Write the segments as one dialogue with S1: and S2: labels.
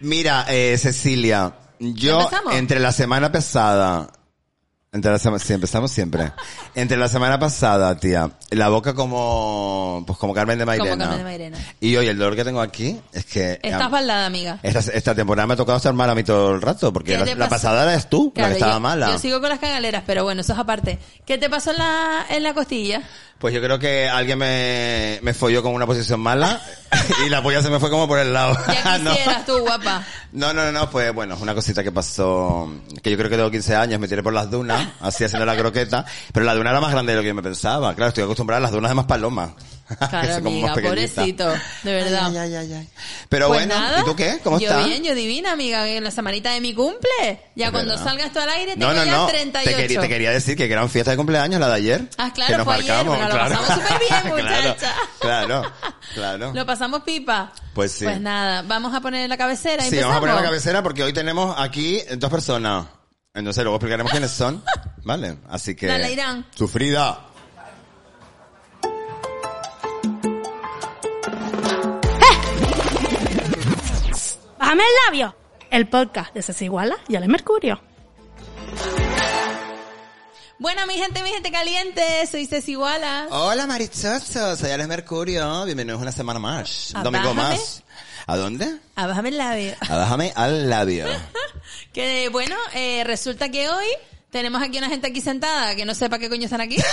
S1: Mira, eh, Cecilia, yo
S2: ¿Empezamos?
S1: entre la semana pasada, entre la semana, sí, empezamos siempre, entre la semana pasada, tía, la boca como, pues como Carmen de Mairena.
S2: Carmen de Mairena.
S1: Y hoy el dolor que tengo aquí es que... eh,
S2: Estás baldada, amiga.
S1: esta, esta temporada me ha tocado estar mala a mí todo el rato, porque
S2: ¿Qué
S1: la,
S2: te
S1: la
S2: pasó?
S1: pasada eres tú, la
S2: Claro,
S1: que estaba
S2: yo-
S1: mala.
S2: Yo sigo con las cagaleras, pero bueno, eso es aparte. ¿Qué te pasó en la, en la costilla?
S1: Pues yo creo que alguien me, me folló con una posición mala y la polla se me fue como por el lado.
S2: Ya
S1: No.
S2: quisieras tú, guapa.
S1: No, no, no, no, pues bueno, es una cosita que pasó, que yo creo que tengo 15 años, me tiré por las dunas, así haciendo la croqueta, pero la duna era más grande de lo que yo me pensaba, claro, estoy acostumbrada a las dunas de más palomas. que
S2: Claro,
S1: son como más
S2: amiga,
S1: pequeñitas.
S2: pobrecito, de verdad.
S1: Ay, ay, ay, ay. Pero
S2: Pues
S1: bueno,
S2: nada,
S1: ¿y tú qué? ¿Cómo
S2: yo
S1: estás?
S2: bien, yo divina, amiga, en la semanita de mi cumple. Ya
S1: Es
S2: cuando
S1: verdad.
S2: salgas tú al aire tengo
S1: No, no,
S2: ya
S1: no,
S2: 38.
S1: Te, quería, te quería decir que eran fiestas de cumpleaños la de ayer.
S2: Ah, claro,
S1: que nos
S2: fue ayer,
S1: marcamos,
S2: pero lo
S1: claro.
S2: pasamos superbién,
S1: Claro,
S2: muchacha.
S1: Claro, claro.
S2: Lo pasamos pipa.
S1: Pues sí.
S2: Pues nada, vamos a poner la cabecera y
S1: Sí,
S2: empezamos.
S1: vamos a poner la cabecera porque hoy tenemos aquí dos personas. Entonces luego explicaremos quiénes son. Vale, así que...
S2: Dale, Irán.
S1: Sufrida.
S3: Bájame el labio. El podcast de Ceci Iguala y Ale Mercurio.
S2: Bueno, mi gente, mi gente caliente, soy Ceci Wallace.
S1: Hola, marichosos. Soy Alex Mercurio. Bienvenidos una semana más. Un domingo
S2: Abájame.
S1: más. ¿A dónde?
S2: Ah, bájame el labio.
S1: Abájame al labio.
S2: Que bueno, eh, resulta que hoy tenemos aquí una gente aquí sentada que no sepa qué coño están aquí.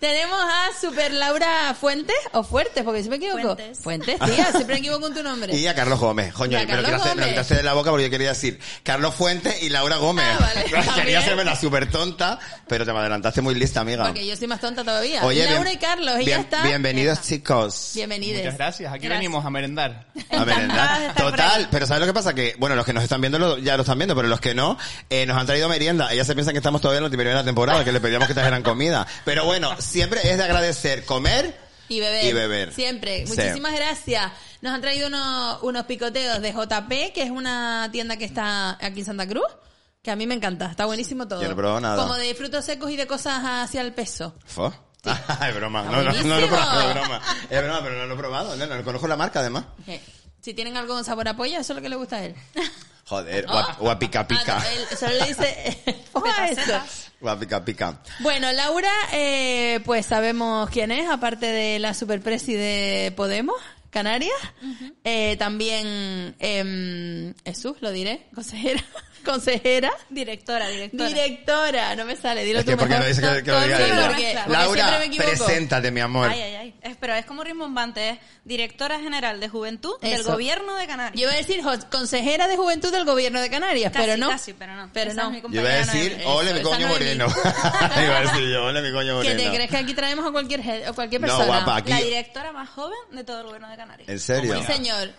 S2: tenemos a Super Laura Fuentes o Fuertes, porque siempre me equivoco.
S3: Fuentes.
S2: tía, siempre me equivoco con tu nombre.
S1: Y a Carlos Gómez.
S2: Y
S1: Coño,
S2: a
S1: me lo
S2: Carlos
S1: quitaste- me lo
S2: Gómez.
S1: quitaste de la boca porque yo quería decir Carlos Fuentes y Laura Gómez.
S2: Ah, vale,
S1: Quería
S2: también.
S1: hacerme la súper tonta, pero te me adelantaste muy lista, amiga.
S2: Porque yo soy más tonta todavía.
S1: Oye,
S2: Laura
S1: bien-
S2: y Carlos, y
S1: bien-
S2: ya está.
S1: Bienvenidos, chicos.
S2: Bienvenides.
S4: Muchas gracias. Aquí
S2: Gracias.
S4: venimos a merendar.
S1: A ver,
S2: Encantada
S1: ¿verdad?
S2: de estar por
S1: Total,
S2: aquí.
S1: pero ¿sabes lo que pasa? Que, bueno, los que nos están viendo lo- ya lo están viendo, pero los que no, eh, nos han traído merienda. Ellas se piensan que estamos todavía en la primera temporada, que les pedíamos que trajeran comida. Pero bueno, siempre es de agradecer comer
S2: Y beber.
S1: Y beber.
S2: Siempre.
S1: Sí.
S2: Muchísimas gracias. Nos han traído unos, unos picoteos de JP, que es una tienda que está aquí en Santa Cruz, que a mí me encanta. Está buenísimo todo.
S1: Yo no he probado nada.
S2: Como de frutos secos y de cosas hacia el peso.
S1: Fo. es broma, no, no, no lo he
S2: buenísimo.
S1: probado, es broma. Es broma, pero no lo he probado, no, no, no conozco la marca además.
S2: Eh, Si tienen algo con sabor a pollo, eso es lo que le gusta a él.
S1: Joder, o a, o a pica
S2: Ah,
S1: pica,
S2: no, él solo le dice... "Fua, eso".
S1: o a pica pica.
S2: Bueno, Laura, eh, pues sabemos quién es, aparte de la superpresi de Podemos, Canarias. Eh, también em, Jesús, lo diré, consejera. consejera.
S5: Directora, directora.
S2: Directora, no me sale, dilo
S1: es
S2: tú
S1: que porque
S2: mejor.
S1: no dice que, que lo
S2: Todo
S1: diga
S2: el mundo,
S1: ella.
S2: porque- porque
S1: Laura,
S2: siempre me equivoco.
S1: preséntate, mi amor.
S5: Ay, ay, ay. Es- Pero es como rimbombante. Es directora general de juventud del
S2: Eso.
S5: gobierno de Canarias.
S2: Yo iba a decir jo- consejera de juventud del gobierno de Canarias,
S5: Casi,
S2: pero no.
S5: casi, pero no.
S2: Pero
S5: Esa es
S2: no.
S5: mi
S1: Yo iba a
S5: compañera
S1: decir,
S5: Noemi.
S2: eso,
S1: ole mi
S2: esa
S1: coño
S2: no es mí.
S1: moreno. iba a decir yo, ole mi coño
S2: ¿Qué
S1: moreno.
S2: te crees que aquí traemos a cualquier, je- a cualquier
S1: No,
S2: persona?
S1: guapa, aquí-
S5: La directora más joven de todo el gobierno de Canarias.
S1: ¿En serio?
S2: Sí, señor.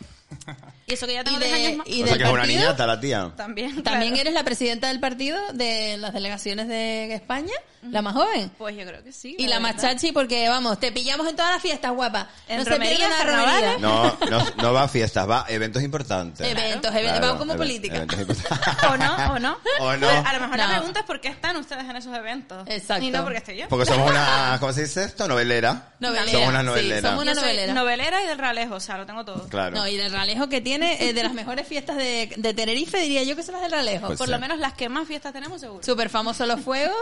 S5: Y eso que ya
S2: Y
S5: tengo
S2: de-
S5: 10 años más.
S2: y
S1: o sea
S2: del
S1: que es una
S2: partido.
S1: niñata la tía.
S5: También,
S2: También
S5: claro.
S2: eres la presidenta del partido de las delegaciones de España, la más joven.
S5: Pues yo creo que sí.
S2: Y la más
S5: verdad.
S2: chachi, porque vamos, te pillamos en todas las fiestas, guapa.
S5: En
S2: no
S5: romerías,
S2: se pierdan
S5: carnavales.
S1: No, no, no va a fiestas, va a eventos importantes.
S2: Eventos,
S1: Claro,
S2: eventos, vamos como
S1: even-
S2: política.
S1: eventos importantes.
S5: O no, o no. Pues,
S1: O no.
S5: A lo
S2: No.
S5: mejor la pregunta es por qué están ustedes en esos eventos.
S2: Exacto.
S5: Y no porque estoy yo.
S1: Porque somos una, ¿cómo se dice esto? Novelera.
S2: Novelera,
S1: Somos una
S2: sí,
S1: novelera.
S2: somos una
S5: Yo soy
S2: novelera.
S5: novelera y del ralejo, o sea, lo tengo todo.
S1: Claro.
S2: No, y el Ralejo que tiene, eh, de las mejores fiestas de, de Tenerife, diría yo que son las del Ralejo.
S1: Pues
S5: Por
S1: sí.
S5: lo menos las que más fiestas tenemos, seguro.
S2: Súper famoso los fuegos,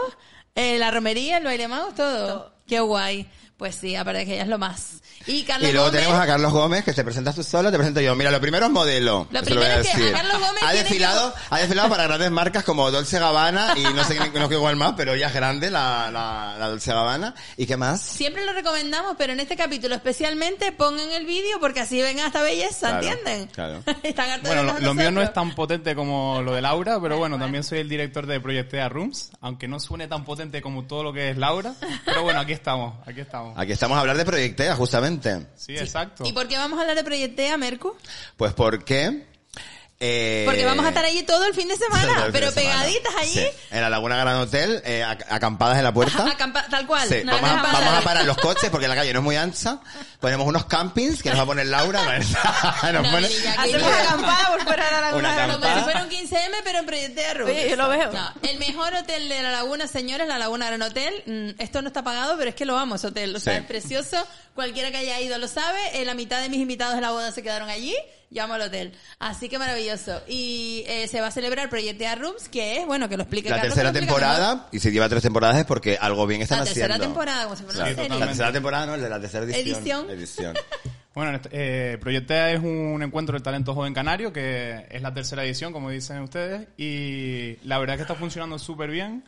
S2: eh, la romería, el baile magos, todo. Qué guay. Pues sí, aparte que ella es lo más. Y Carlos
S1: Y luego
S2: Gómez,
S1: tenemos a Carlos Gómez, que te presentas tú sola, te presento yo. Mira, lo primero es modelo.
S2: Lo
S1: eso voy
S2: primero
S1: a
S2: es que a
S1: decir.
S2: Carlos Gómez
S1: ha
S2: tiene
S1: desfilado, ha desfilado para grandes marcas como Dolce Gabbana y no sé, no sé cuál más, pero ella es grande, la, la, la Dolce Gabbana. ¿Y qué más?
S2: Siempre lo recomendamos, pero en este capítulo especialmente pongan el vídeo porque así ven hasta belleza,
S1: Claro,
S2: ¿entienden?
S1: claro.
S2: Están hartos de
S4: Bueno, lo,
S2: nosotros.
S4: lo mío no es tan potente como lo de Laura, pero bueno, también soy el director de Proyectea Rooms, aunque no suene tan potente como todo lo que es Laura, pero bueno, aquí estamos, aquí Wow.
S1: Aquí estamos a hablar de Proyectea, justamente.
S4: Sí, exacto.
S2: ¿Y por qué vamos a hablar de Proyectea, Mercu?
S1: Pues porque... eh,
S2: Porque vamos a estar allí todo el fin de semana,
S1: todo el fin
S2: pero
S1: de semana.
S2: pegaditas allí,
S1: Sí, En la Laguna Gran Hotel, eh, ac- acampadas en la puerta.
S2: acampa- tal cual.
S1: Sí,
S2: una
S1: vamos, a,
S2: acampada.
S1: vamos a parar los coches porque la calle no es muy ancha. Ponemos unos campings que nos va a poner Laura. ¿verdad? Nos pone
S2: Hacemos acampada por fuera de la
S1: Una
S2: laguna. Como
S1: acampada.
S2: si fuera un 15M, pero en Proyectea Rubio.
S5: Oye, yo lo veo.
S2: No, el mejor hotel de la laguna, señores, la Laguna Gran Hotel. Mm, Esto no está pagado, pero es que lo amo, ese hotel. O sea,
S1: Sí.
S2: es precioso. Cualquiera que haya ido lo sabe. Eh, la mitad de mis invitados de la boda se quedaron allí. Yo amo el hotel. Así que maravilloso. Y eh, se va a celebrar Proyectea Rooms, que es, bueno, que lo explique
S1: la
S2: Carlos,
S1: tercera
S2: que lo explica mejor.
S1: temporada, y si lleva tres temporadas es porque algo bien están
S2: La
S1: haciendo.
S2: tercera temporada, como si fuera una
S1: Claro.
S2: serie.
S1: La tercera temporada, no, la- la tercera edición.
S2: Edición.
S4: Bueno, eh, Proyectea es un encuentro del talento joven canario, que es la tercera edición, como dicen ustedes, y la verdad es que está funcionando súper bien.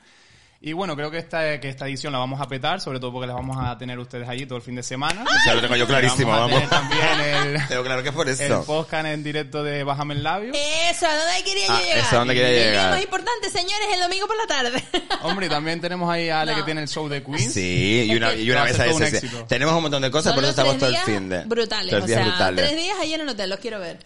S4: Y bueno, creo que esta, que esta edición la vamos a petar, sobre todo porque las vamos a tener ustedes allí todo el fin de semana.
S1: Ya lo tengo yo clarísimo,
S4: Vamos
S1: vamos.
S4: a tener también el-
S1: Tengo claro que es por
S4: el,
S1: eso.
S4: podcast en directo de Bájame el Labio.
S2: Eso, ¿a dónde quería yo
S1: Ah,
S2: llegar?
S1: eso, ¿a dónde quería
S2: El día
S1: llegar?
S2: más importante, señores, el domingo por la tarde.
S4: Hombre, y también tenemos ahí a Ale
S2: No.
S4: que tiene el show de Queens.
S1: Sí, y una, y una
S4: Va a
S1: vez
S4: ser
S1: a
S4: todo un
S1: veces.
S4: éxito.
S1: Tenemos un montón de cosas,
S2: Son
S1: por eso
S2: los
S1: estamos
S2: tres
S1: todo el
S2: días
S1: fin de.
S2: Brutales.
S1: Tres días
S2: o sea,
S1: brutales.
S2: tres días ahí en el hotel, los quiero ver.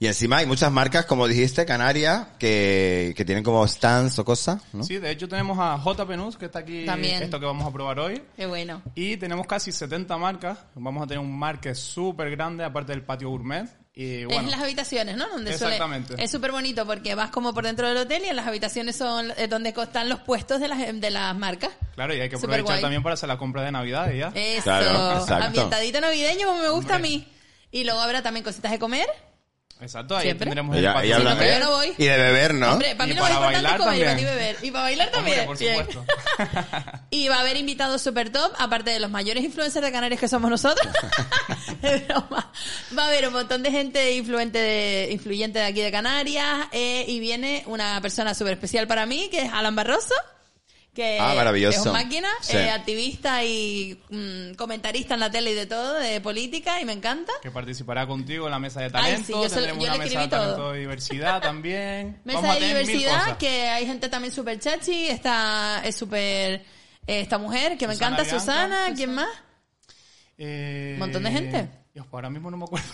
S1: Y encima hay muchas marcas, como dijiste, Canarias, que, que tienen como stands o cosas, ¿no?
S4: Sí, de hecho tenemos a J. Penus, que está aquí,
S2: También.
S4: esto que vamos a probar hoy.
S2: Qué bueno.
S4: Y tenemos casi 70 marcas. Vamos a tener un market súper grande, aparte del patio gourmet. Y
S2: Es
S4: bueno,
S2: en las habitaciones, ¿no? Donde suele-
S4: Exactamente.
S2: es súper bonito porque vas como por dentro del hotel y en las habitaciones son eh, donde están los puestos de las, de las marcas.
S4: claro, y hay que
S2: Súper
S4: aprovechar
S2: guay. Eh,
S4: también para hacer la compra de Navidad y ya.
S2: Eso.
S1: Claro, exacto.
S2: Ambientadito navideño como me gusta a mí. Y luego habrá también cositas de comer.
S4: Exacto, ahí
S2: Siempre.
S4: tendremos el
S1: Ella,
S4: patio
S1: ella habla
S2: no,
S4: gourmet.
S2: yo no voy.
S1: Y de beber, ¿no?
S2: Hombre, para mí
S4: Y
S2: lo más
S4: para
S2: importante es
S4: bailar
S2: comer
S4: también.
S2: y beber. Y para bailar
S4: Hombre,
S2: también.
S4: por
S2: Bien.
S4: supuesto.
S2: Y va a haber invitados super top, aparte de los mayores influencers de Canarias que somos nosotros. Es broma. Va a haber un montón de gente influente de, influyente de aquí de Canarias. eh, y viene una persona súper especial para mí, que es Alan Barroso. Que
S1: Ah, maravilloso.
S2: es un máquina,
S1: Sí.
S2: eh, activista y mm, comentarista en la tele y de todo, de política, y me encanta.
S4: Que participará contigo en la mesa de
S2: Ay,
S4: talento.
S2: sí, yo se lo-
S4: tendremos
S2: yo le
S4: una mesa de
S2: escribí todo.
S4: talento de diversidad también.
S2: Mesa
S4: Vamos a
S2: de
S4: tener mil
S2: diversidad,
S4: cosas.
S2: que hay gente también súper chachi, está, es súper, eh, esta mujer, que me
S4: Susana
S2: encanta,
S4: Bianca.
S2: Susana, ¿quién más?
S4: Eh,
S2: montón de gente.
S4: Dios, pues ahora mismo no me acuerdo.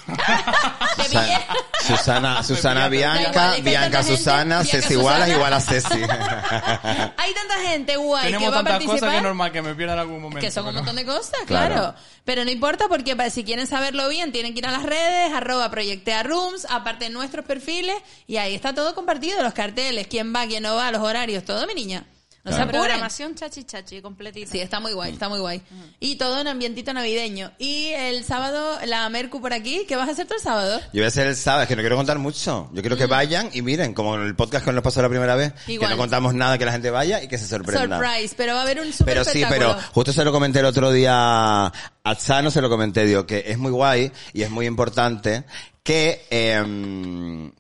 S1: Susana, Susana, Susana
S2: Da igual,
S1: Bianca,
S2: es que hay
S1: Bianca
S2: tanta gente,
S1: Susana,
S2: Bianca
S1: Ceci Igualas,
S2: Susana.
S1: igual a Ceci.
S2: Hay tanta gente guay
S4: Tenemos
S2: que va a
S4: tantas
S2: participar.
S4: cosas que es normal que me pierda en algún momento.
S2: que son un
S4: pero-
S2: montón de cosas, claro.
S1: Claro.
S2: Pero no importa porque para, si quieren saberlo bien, tienen que ir a las redes, arroba Proyectea Rooms, aparte nuestros perfiles, y ahí está todo compartido, los carteles, quién va, quién no va, los horarios, todo, mi niña. No
S5: La
S2: se apuren.
S5: programación chachi chachi completita.
S2: Sí, está muy guay,
S1: Mm.
S2: está muy guay. Y todo en ambientito navideño. Y el sábado, la Mercu por aquí, ¿qué vas a hacer tú el sábado?
S1: Yo voy a hacer el sábado, es que no quiero contar mucho. Yo quiero que vayan y miren, como en el podcast que nos pasó la primera vez,
S2: Mm. Igual.
S1: que no contamos nada, que la gente vaya y que se sorprenda.
S2: Surprise, pero va a haber un super
S1: Pero sí, pero justo se lo comenté el otro día a Chano, se lo comenté, digo, que es muy guay y es muy importante que... em,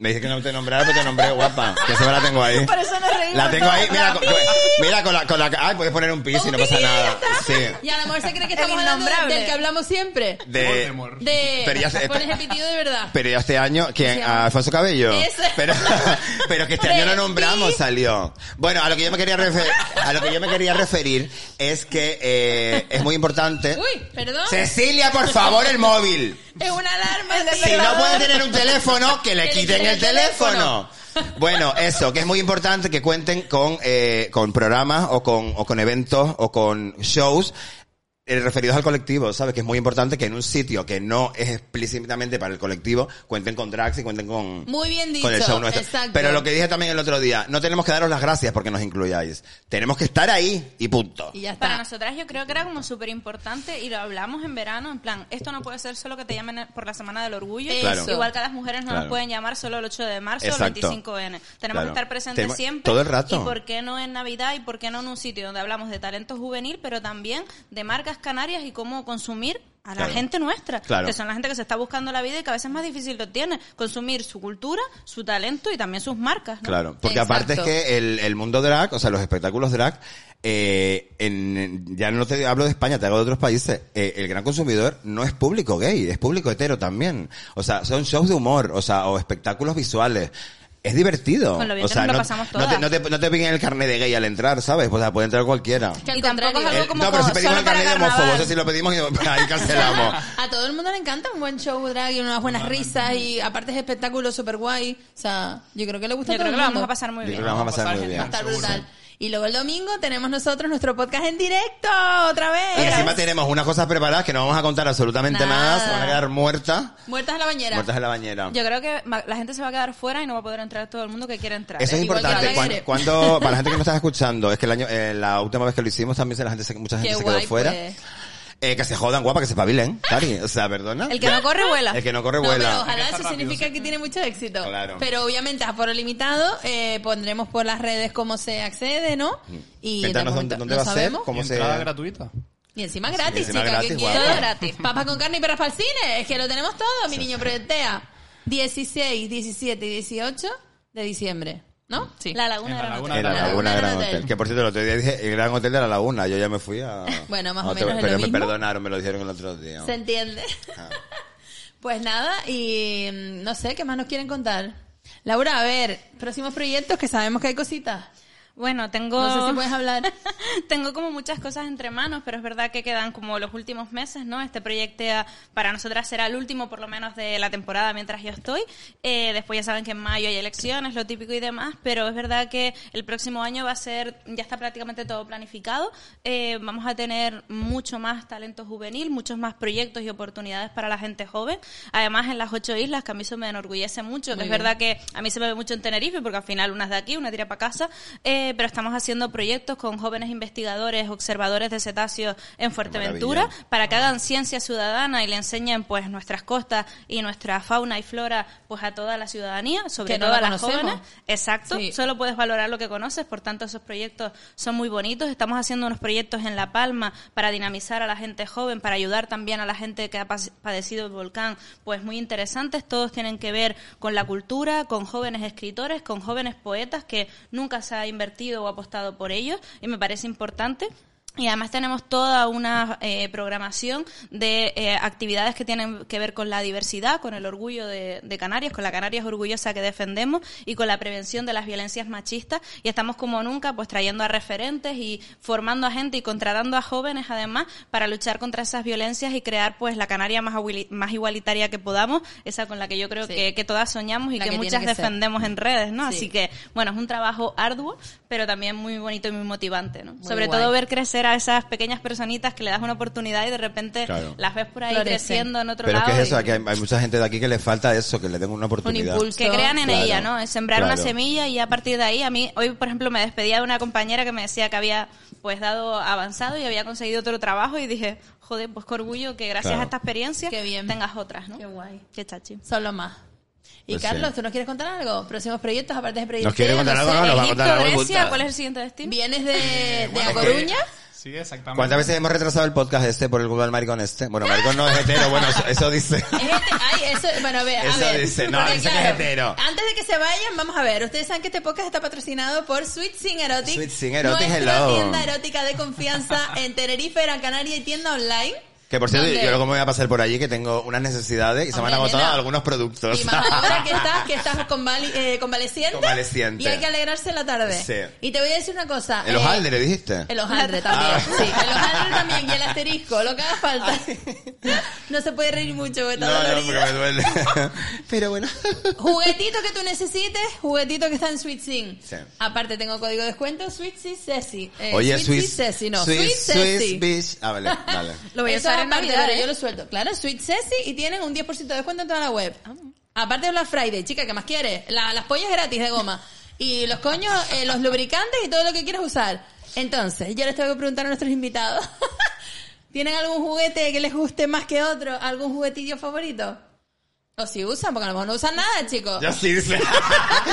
S1: me dice que no te nombrara, pero te nombré guapa. Que se me la tengo ahí.
S2: Por eso nos reímos
S1: La tengo ahí,
S2: todos.
S1: mira, con,
S2: ¡Pi!
S1: mira con la, con la... Ay, puedes poner un pi si no pasa nada.
S2: Y
S1: Sí.
S2: a lo mejor se cree que
S5: El
S2: estamos hablando de-
S5: innombrable.
S2: del que hablamos siempre.
S1: De,
S4: Voldemort.
S2: De...
S1: Pero ya se-
S2: Pones el pitido de verdad.
S1: pero ya este año, ¿quién?
S2: Sí.
S1: ¿A Alfonso Cabello.
S2: Ese.
S1: Pero, pero que este año no nombramos,
S2: Sí.
S1: salió. Bueno, a lo que yo me quería referir, a lo que yo me quería referir es que eh, es muy importante.
S2: Uy, perdón.
S1: Cecilia, por favor, el móvil.
S2: Es una alarma.
S1: Si no puede tener un teléfono, que le
S2: Que le
S1: quiten
S2: quiten
S1: el
S2: el teléfono.
S1: teléfono. Bueno, eso, que es muy importante que cuenten con, eh, con programas o con, o con eventos o con shows eh, referidos al colectivo, ¿sabes? Que es muy importante que en un sitio que no es explícitamente para el colectivo, cuenten con drags y cuenten con...
S2: Muy bien dicho,
S1: Con el show nuestro.
S2: exacto.
S1: Pero lo que dije también el otro día, no tenemos que daros las gracias porque nos incluyáis. Tenemos que estar ahí y punto.
S2: Y ya está.
S5: Para nosotras yo creo que era como súper importante y lo hablamos en verano, en plan, esto no puede ser solo que te llamen por la Semana del Orgullo,
S1: Claro.
S5: igual que a las mujeres no
S1: Claro.
S5: nos pueden llamar solo el 8 de marzo o el
S1: Exacto.
S5: 25N. Tenemos
S1: Claro.
S5: que estar presentes
S1: Tenemos-
S5: siempre.
S1: todo el rato.
S5: ¿Y por qué no en Navidad y por qué no en un sitio donde hablamos de talento juvenil, pero también de marcas canarias y cómo consumir? A la
S1: Claro.
S5: gente nuestra,
S1: Claro.
S5: que son la gente que se está buscando la vida y que a veces más difícil lo tiene, consumir su cultura, su talento y también sus marcas. ¿no?
S1: Claro, porque
S2: Exacto.
S1: aparte es que el, el mundo drag, o sea, los espectáculos drag, eh, en- ya no te hablo de España, te hablo de otros países, eh, el gran consumidor no es público gay, es público hetero también. O sea, son shows de humor, o sea, o espectáculos visuales. es divertido.
S5: Con lo bien
S1: o
S5: que
S1: sea,
S5: nos lo
S1: no,
S5: pasamos
S1: no te,
S5: todas.
S1: no, te, no te piden el carnet de gay al entrar, ¿sabes? O sea, puede entrar cualquiera.
S2: que al
S5: y tampoco es
S2: contrario.
S5: algo
S1: Eh,
S5: como
S1: no, pero si
S5: como
S1: pedimos
S5: solo
S1: el
S5: para
S1: carnet de homófobo,
S5: carnaval.
S1: eso sí lo pedimos y ahí cancelamos.
S2: A todo el mundo le encanta un buen show drag y unas buenas risas y aparte es espectáculo súper guay. O sea, yo creo que le gusta
S5: Yo
S2: a todo
S5: creo
S2: el
S5: que lo
S2: mundo.
S5: vamos a pasar muy
S1: Yo creo que
S5: bien.
S1: lo vamos a pasar muy
S4: Pasaje,
S1: bien.
S2: Va a estar
S4: Seguro.
S2: brutal. Y luego el domingo tenemos nosotros nuestro podcast en directo, otra vez.
S1: Y encima tenemos unas cosas preparadas que no vamos a contar absolutamente nada,
S2: Nada.
S1: se van a quedar muertas,
S2: Muertas en la bañera.
S1: muertas en la
S4: Ah.
S1: bañera.
S5: Yo creo que ma- la gente se va a quedar fuera y no va a poder entrar todo el mundo que quiera entrar.
S1: Eso es
S2: igual que la
S1: importante. Cuan-
S2: aire.
S1: Cuando, para la gente que no estás escuchando, es que el año, eh, la última vez que lo hicimos también se- la gente, se- mucha gente
S2: Qué
S1: se quedó
S2: guay,
S1: fuera.
S2: pues.
S1: Eh, que se jodan, guapa, que se pabilen, Cari. O sea, perdona.
S5: El que no corre vuela.
S1: El que no corre
S2: No,
S1: vuela.
S2: pero ojalá
S4: Hay que
S2: eso
S4: estar rápido,
S2: significa
S4: sí.
S2: que tiene mucho éxito.
S1: Claro.
S2: Pero obviamente a foro limitado eh, pondremos por las redes cómo se accede, ¿no? Y
S1: Cuéntanos
S2: tampoco
S1: dónde,
S2: no
S1: dónde va a ser,
S2: sabemos.
S1: cómo
S4: ¿Cómo
S1: se...
S4: entrada gratuita.
S2: Y encima gratis,
S1: Y encima
S2: chica,
S1: gratis,
S2: que
S1: guau.
S2: quiera. Papas con carne y perras para el cine. Es que lo tenemos todo, mi niño proyectea. 16, 17 y 18 de diciembre, ¿no? Sí.
S5: La laguna
S4: En la
S5: de la
S4: laguna.
S1: En la
S2: Gran
S1: Laguna
S2: Hotel.
S1: Gran Hotel. Que por cierto, el otro día dije el Gran Hotel de la Laguna. Yo ya me fui a.
S2: Bueno, más
S1: a
S2: o
S1: otro-
S2: menos es
S1: Pero
S2: lo
S1: me
S2: mismo.
S1: perdonaron, me lo dijeron el otro día.
S2: ¿Se entiende? pues nada, y mm, no sé, ¿qué más nos quieren contar? Laura, a ver, próximos proyectos que sabemos que hay cositas.
S5: Bueno, tengo...
S2: No sé si puedes hablar.
S5: Tengo como muchas cosas entre manos, pero es verdad que quedan como los últimos meses, ¿no? Este proyecto eh, para nosotras será el último, por lo menos, de la temporada mientras yo estoy. Eh, después ya saben que en mayo hay elecciones, lo típico y demás, pero es verdad que el próximo año va a ser, ya está prácticamente todo planificado. Eh, vamos a tener mucho más talento juvenil, muchos más proyectos y oportunidades para la gente joven. Además, en las ocho islas, que a mí eso me enorgullece mucho, que es verdad que a mí se me ve mucho en Tenerife, porque al final una es de aquí, una tira para casa, eh, pero estamos haciendo proyectos con jóvenes investigadores, observadores de cetáceos en Fuerteventura,
S1: maravilla.
S5: para que hagan ciencia ciudadana y le enseñen pues nuestras costas y nuestra fauna y flora pues a toda la ciudadanía, sobre
S2: Que no
S5: todo a
S2: la
S5: las
S2: conocemos.
S5: jóvenes. Exacto,
S2: Sí.
S5: solo puedes valorar lo que conoces, por tanto esos proyectos son muy bonitos. Estamos haciendo unos proyectos en La Palma para dinamizar a la gente joven, para ayudar también a la gente que ha pas- padecido el volcán, pues muy interesantes, todos tienen que ver con la cultura, con jóvenes escritores, con jóvenes poetas que nunca se ha invertido o apostado por ellos y me parece importante. Y además tenemos toda una eh, programación de eh, actividades que tienen que ver con la diversidad, con el orgullo de, de Canarias, con la Canarias orgullosa que defendemos y con la prevención de las violencias machistas. Y estamos como nunca pues trayendo a referentes y formando a gente y contratando a jóvenes además para luchar contra esas violencias y crear pues la Canaria más, aguili- más igualitaria que podamos, esa con la que yo creo
S2: Sí.
S5: que, que todas soñamos y
S2: La
S5: que,
S2: que tiene
S5: muchas
S2: que ser.
S5: defendemos en redes, ¿no?
S2: Sí.
S5: Así que bueno, es un trabajo arduo, pero también muy bonito y muy motivante, ¿no?
S2: Muy
S5: Sobre
S2: guay.
S5: todo ver crecer a esas pequeñas personitas que le das una oportunidad y de repente
S1: Claro.
S5: las ves por ahí
S2: Florecen.
S5: creciendo en otro
S1: Pero es
S5: lado.
S1: que es eso,
S5: y-
S1: que hay, hay mucha gente de aquí que le falta eso, que le den una oportunidad.
S2: impulso.
S5: que crean en
S1: Claro,
S5: ella, ¿no? Es sembrar una
S1: claro.
S5: semilla y a partir de ahí, a mí, hoy por ejemplo me despedía de una compañera que me decía que había pues dado avanzado y había conseguido otro trabajo y dije, joder, pues qué orgullo que gracias
S1: Claro.
S5: a esta experiencia
S2: Qué bien.
S5: tengas otras, ¿no?
S2: Qué guay.
S5: Qué chachi.
S2: Son lo más. Y
S1: Pues
S2: Carlos,
S1: sí.
S2: ¿tú nos quieres contar algo? Próximos proyectos, aparte de proyectos.
S1: ¿Nos quiere contar algo? No, Ah, nos va a contar algo.
S5: Egipto, Grecia,
S1: oculta.
S5: ¿cuál es el siguiente destino?
S2: Vienes de, de
S4: Bueno,
S2: A
S4: que-
S2: Coruña.
S4: Sí, exactamente.
S1: ¿Cuántas veces hemos retrasado el podcast este por el Google del maricón este? Bueno, maricón no es hetero, bueno, eso, eso dice.
S2: Es este- ay, eso, bueno, a ver, a
S1: Eso
S2: ver.
S1: dice, no,
S2: Porque, ah,
S1: dice que es hetero.
S2: Antes de que se vayan, vamos a ver. Ustedes saben que este podcast está patrocinado por Sweet Sing Erotic.
S1: Sweet Sing Erotic,
S2: nuestra
S1: hello.
S2: tienda erótica de confianza en Tenerife, Gran Canaria y tienda online.
S1: Que por cierto,
S2: ¿Dónde?
S1: yo luego me voy a pasar por allí que tengo unas necesidades y se me han
S2: Hombre,
S1: agotado
S2: nena.
S1: algunos productos.
S2: Y más ahora que estás, que estás convali- eh, convaleciente.
S1: Convaleciente.
S2: Y hay que alegrarse la tarde.
S1: Sí.
S2: Y te voy a decir una cosa.
S1: En los
S2: eh,
S1: Aldes, Ah. le dijiste.
S2: El hojaldre también, sí. El hojaldre también y el asterisco, lo que haga falta. No se puede reír mucho, porque
S1: No,
S2: está
S1: no,
S2: dolorido.
S1: porque me duele. Pero bueno.
S2: Juguetito que tú necesites, juguetito que está en Sweet Sing.
S1: Sí.
S2: Aparte tengo código de descuento, Sweet Sing Ceci. Eh,
S1: Oye,
S2: Sweet
S1: Swiss.
S2: Sing Ceci, no, Sweet,
S1: Swiss,
S2: Ceci.
S1: Swiss, bitch. Ah, vale, vale.
S5: Lo voy a
S2: Eso
S5: usar en
S2: aparte,
S5: Navidad,
S2: pero
S5: ¿eh?
S2: yo lo suelto. Claro, Sweet Ceci y tienen un 10% de descuento en toda la web.
S5: Ah,
S2: Aparte de Black Friday, chica, ¿qué más quieres? La- las pollas gratis de goma. Y los coños, eh, los lubricantes y todo lo que quieras usar. Entonces, yo les tengo que preguntar a nuestros invitados. ¿Tienen algún juguete que les guste más que otro? ¿Algún juguetillo favorito? O si usan, porque a lo mejor no usan nada, chicos.
S1: Yo sí, dice.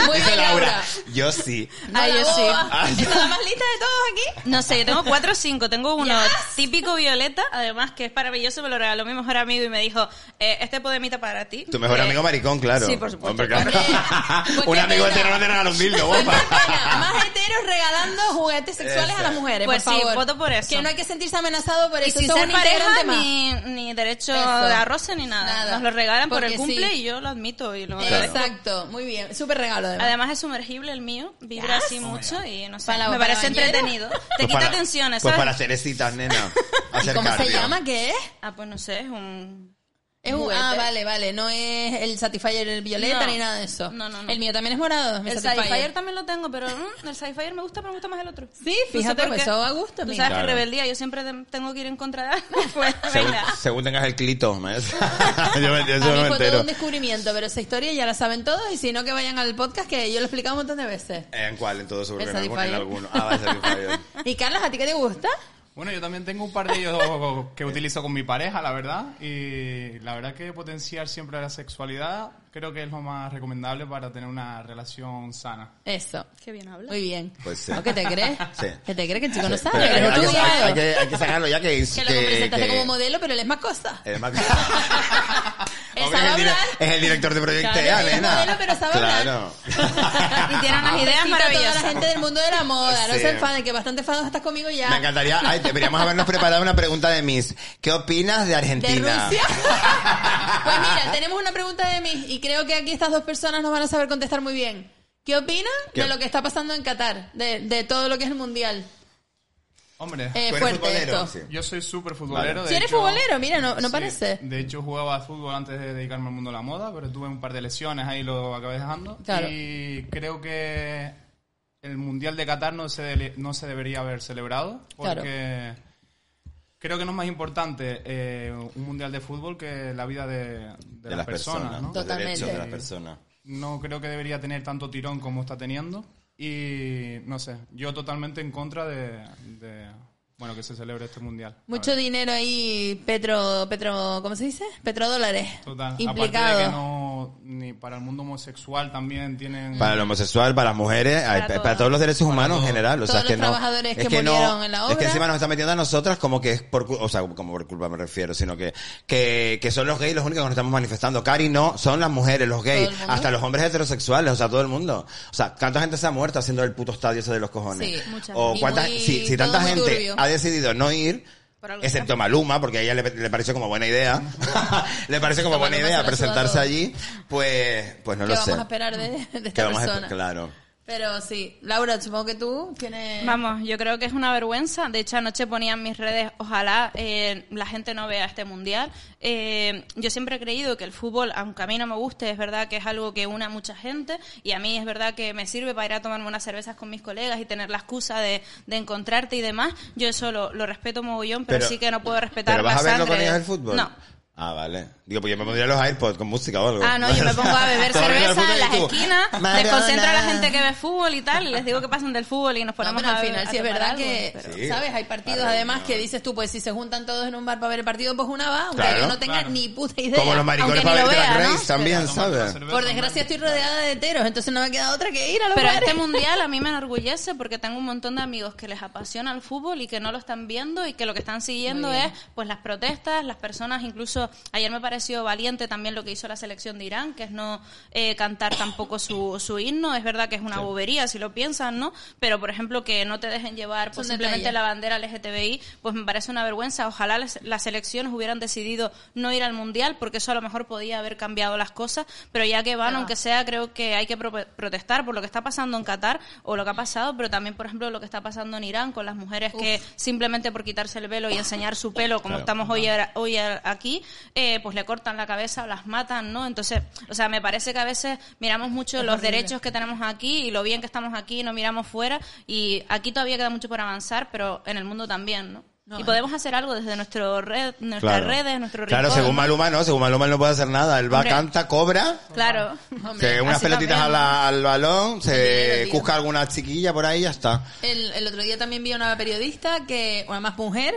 S2: Muy
S1: dice
S2: bien, Laura.
S1: Laura. Yo sí.
S2: No
S5: Ah,
S2: la
S5: yo
S2: boba.
S5: sí.
S1: Ah,
S2: ¿Esta es la más lista de todos aquí?
S5: No sé, yo tengo cuatro o cinco. Tengo uno típico violeta, además que es maravilloso, me lo regaló mi mejor amigo y me dijo, eh, este podemita para ti.
S1: Tu mejor
S5: Eh,
S1: amigo maricón, claro.
S5: Sí, por supuesto.
S1: Hombre, claro.
S2: Hombre, pues
S1: un
S2: qué
S1: amigo
S2: pena.
S1: hetero no te regala un dildo, guapa.
S2: Venga, más heteros regalando juguetes sexuales
S1: Eso.
S2: a las mujeres,
S5: Pues
S2: por
S5: sí,
S2: favor.
S5: voto por eso.
S2: Que no hay que sentirse amenazado por
S5: Y
S2: eso.
S5: sin
S2: Eso es
S5: ser
S2: un
S5: pareja,
S2: integrante más.
S5: ni, ni derecho
S2: Eso.
S5: de arroz ni nada.
S2: Nada.
S5: Nos lo regalan por
S2: Porque
S5: el
S2: sí,
S5: simple
S2: Sí.
S5: y yo lo admito. Y lo
S1: Claro.
S5: agradezco.
S2: Exacto, muy bien. Súper regalo, además.
S5: Además es sumergible el mío, vibra así mucho y no sé,
S2: Para la-
S5: me
S2: para
S5: parece
S2: bañera.
S5: entretenido. Te
S1: Pues
S5: quita
S1: para-
S5: tensiones,
S1: Pues
S5: ¿sabes?
S1: para cerecitas, nena.
S2: ¿Y
S1: Hacer
S2: ¿Cómo se
S1: cardio.
S2: llama? ¿Qué es?
S5: Ah, pues no sé, es un...
S2: Es un-
S5: juguete.
S2: ah, vale, vale. No es el Satisfyer el violeta
S5: No.
S2: ni nada de eso.
S5: No, no, no.
S2: El mío también es morado. es mi
S5: El
S2: Satisfyer.
S5: Satisfyer también lo tengo, pero mm, el Satisfyer me gusta, pero me gusta más el otro.
S2: Sí, fíjate,
S5: por
S2: pues,
S5: qué.
S2: eso a gusto,
S5: Tú
S2: mira.
S5: sabes
S1: Claro.
S5: que rebeldía, yo siempre te- tengo que ir en contra de algo. Pues,
S1: Según,
S5: venga.
S1: según tengas el clito, ¿me ves? yo me, yo
S2: Para mí
S1: no me
S2: fue todo
S1: entero.
S2: un descubrimiento, pero esa historia ya la saben todos y si no que vayan al podcast que yo lo he explicado un montón de veces.
S1: Eh, ¿En cuál? En todo seguro que
S2: El
S1: en algún- en
S2: Satisfyer.
S1: alguno. Ah, vale, Satisfyer.
S2: ¿Y Carlos, a ti qué te gusta?
S4: Bueno, yo también tengo un par de ellos que utilizo con mi pareja, la verdad. Y la verdad que potenciar siempre la sexualidad creo que es lo más recomendable para tener una relación sana.
S2: Eso.
S5: Qué bien habla.
S2: Muy bien.
S1: Pues sí.
S2: ¿O qué te crees?
S1: Sí.
S2: ¿Qué te crees que el chico no
S1: Sí,
S2: sabe?
S1: pero
S2: Que
S1: hay,
S2: eres
S1: hay que,
S2: estudiado.
S1: hay que- hay que sacarlo ya que... Eh,
S2: Que lo presentaste como modelo, pero él es más cosa.
S1: El Mac-
S2: Él
S1: Hombre,
S2: sabe
S1: es, el dire-
S2: hablar.
S1: es el director de Proyecto
S2: Claro,
S1: EA,
S2: él es
S1: nena.
S2: modelo, pero sabe hablar.
S1: Claro.
S5: Y tiene
S4: Ah,
S5: unas
S2: Besito
S5: ideas
S2: A toda
S5: maravillosas.
S2: la gente del mundo de la moda. No
S1: Sí.
S2: se enfaden, que bastante enfadado estás conmigo ya.
S1: Me encantaría. Ay, deberíamos habernos preparado una pregunta de Miss. ¿Qué opinas de
S2: ¿De
S1: Argentina?
S2: Rusia? pues mira, tenemos una pregunta de mí y creo que aquí estas dos personas nos van a saber contestar muy bien. ¿Qué opinan
S1: ¿Qué?
S2: de lo que está pasando en Qatar? De, de todo lo que es el mundial.
S4: Hombre,
S2: Eh,
S1: ¿Tú eres
S2: fuerte
S1: futbolero?
S2: esto.
S1: Sí.
S4: yo soy súper futbolero.
S1: Vale.
S4: de
S2: Si eres
S4: hecho-
S2: futbolero, mira, no, no
S4: Sí,
S2: parece.
S4: De hecho, jugaba al fútbol antes de dedicarme al mundo de la moda, pero tuve un par de lesiones, ahí lo acabé dejando.
S2: Claro.
S4: Y creo que el Mundial de Qatar no se, dele- no se debería haber celebrado,
S2: Claro.
S4: porque creo que no es más importante eh, un Mundial de fútbol que la vida de, de
S1: De
S4: las, personas. ¿no?
S1: Los derechos de
S2: Totalmente.
S1: las personas.
S4: No creo que debería tener tanto tirón como está teniendo. Y no sé, yo totalmente en contra de, de, bueno que se celebre este Mundial. la
S2: Mucho
S4: verdad.
S2: dinero ahí, Petro, Petro, ¿cómo se dice? Petrodólares.
S4: Total. Aparte de que
S2: Implicado.
S4: no, ni para el mundo homosexual también
S2: Mm.
S4: tienen.
S1: Para el homosexual, para las mujeres, ay, pa- para,
S5: todo.
S1: todos los derechos humanos en general. O sea,
S2: Todos
S1: es que
S2: los
S1: no,
S2: trabajadores
S1: es
S2: que murieron en la
S1: Es que
S2: obra.
S1: encima nos están metiendo a nosotras como que es por culpa, o sea, como por culpa me refiero, sino que, que, que son los gays los únicos que nos estamos manifestando. Cari no, son las mujeres, los gays,
S2: Todo el mundo.
S1: hasta los hombres heterosexuales, o sea, todo el mundo. O sea, ¿cuánta gente se ha muerto haciendo el puto estadio ese de los cojones?
S2: Sí,
S5: mucha
S1: O
S2: gente.
S1: cuánta,
S2: Y muy-
S1: si, si
S2: todo
S1: tanta
S2: muy
S1: gente
S2: turbio.
S1: ha decidido no ir,
S5: Por algo
S1: excepto Maluma, porque a ella le, le pareció como buena idea, le pareció como
S2: Maluma
S1: buena
S2: se la
S1: idea
S2: suda
S1: presentarse
S2: todo.
S1: allí, pues, pues no
S2: ¿Qué
S1: lo
S2: vamos
S1: sé.
S2: a esperar de, de
S1: ¿Qué
S2: esta
S1: vamos a esper-
S2: persona?
S1: Claro.
S2: Pero sí, Laura, supongo que tú tienes...
S5: Vamos, yo creo que es una vergüenza. De hecho, anoche ponía en mis redes, ojalá eh, la gente no vea este mundial. Eh, yo siempre he creído que el fútbol, aunque a mí no me guste, es verdad que es algo que une a mucha gente y a mí es verdad que me sirve para ir a tomarme unas cervezas con mis colegas y tener la excusa de, de encontrarte y demás. Yo eso lo, lo respeto mogollón, pero, sí que no puedo respetar
S1: ¿Pero vas
S5: la
S1: a verlo
S5: sangre.
S1: con ellos el fútbol?
S5: No.
S1: Ah, vale. Digo, pues yo me pondría los AirPods con música o algo.
S5: Ah, no, yo me pongo a beber
S1: Todo el día el
S5: cerveza
S1: fútbol
S5: en
S1: y
S5: las
S1: tú,
S5: esquinas,
S1: Maradona.
S5: desconcentro a la gente que ve fútbol y tal, y les digo que pasen del fútbol y nos
S2: No,
S5: ponemos
S2: pero
S5: a
S2: al
S5: ver-
S2: final
S5: a
S2: sí es
S5: tomar
S2: verdad
S5: algo,
S2: que,
S5: pero-
S1: Sí.
S2: ¿sabes? Hay partidos
S1: Claro,
S2: además
S1: no.
S2: que dices tú, pues si se juntan todos en un bar para ver el partido, pues una va, aunque
S1: Claro.
S2: yo no tenga
S4: Claro.
S2: ni puta idea.
S1: Como los maricones
S5: Aunque
S1: para
S5: ni lo
S1: ver Drag
S5: vea,
S1: Race
S5: ¿no?
S1: también,
S4: Pero tomando
S1: ¿sabes?
S4: cerveza,
S2: Por desgracia estoy rodeada de heteros, entonces no me queda otra que ir a los
S5: Pero
S2: bares.
S5: este mundial a mí me enorgullece porque tengo un montón de amigos que les apasiona el fútbol y que no lo están viendo y que lo que están siguiendo es pues las protestas, las personas, incluso ayer me pareció valiente también lo que hizo la selección de Irán, que es no eh, cantar tampoco su, su himno, es verdad que es una bobería si lo piensan, ¿no? Pero por ejemplo que no te dejen llevar pues,
S2: Son
S5: simplemente
S2: detalles.
S5: la bandera LGTBI, pues me parece una vergüenza, ojalá las, las selecciones hubieran decidido no ir al mundial porque eso a lo mejor podía haber cambiado las cosas, pero ya que van,
S2: Ya.
S5: aunque sea, creo que hay que pro- protestar por lo que está pasando en Qatar o lo que ha pasado, pero también, por ejemplo, lo que está pasando en Irán con las mujeres que simplemente por quitarse el velo y enseñar su pelo, como
S1: Claro.
S5: estamos hoy, a- hoy a- aquí, eh, pues le cortan la cabeza o las matan, ¿no? Entonces, o sea, me parece que a veces miramos mucho los derechos que tenemos aquí y lo bien que estamos aquí, no miramos fuera y aquí todavía queda mucho por avanzar, pero en el mundo también, ¿no?
S2: No, eh.
S5: y
S2: es-
S5: podemos hacer algo desde nuestro red, nuestras redes, nuestro
S1: Claro,
S5: rincón,
S1: según
S5: ¿no?
S1: Maluma no, según Maluma él no puede hacer nada. Él va,
S5: Hombre.
S1: canta, cobra,
S5: Claro.
S1: se, unas
S5: así
S1: pelotitas
S5: también.
S1: a la- al balón,
S2: dinero,
S1: se
S2: tío.
S1: busca alguna chiquilla por ahí y ya está.
S2: El, el otro día también vi a una periodista, que una más mujer,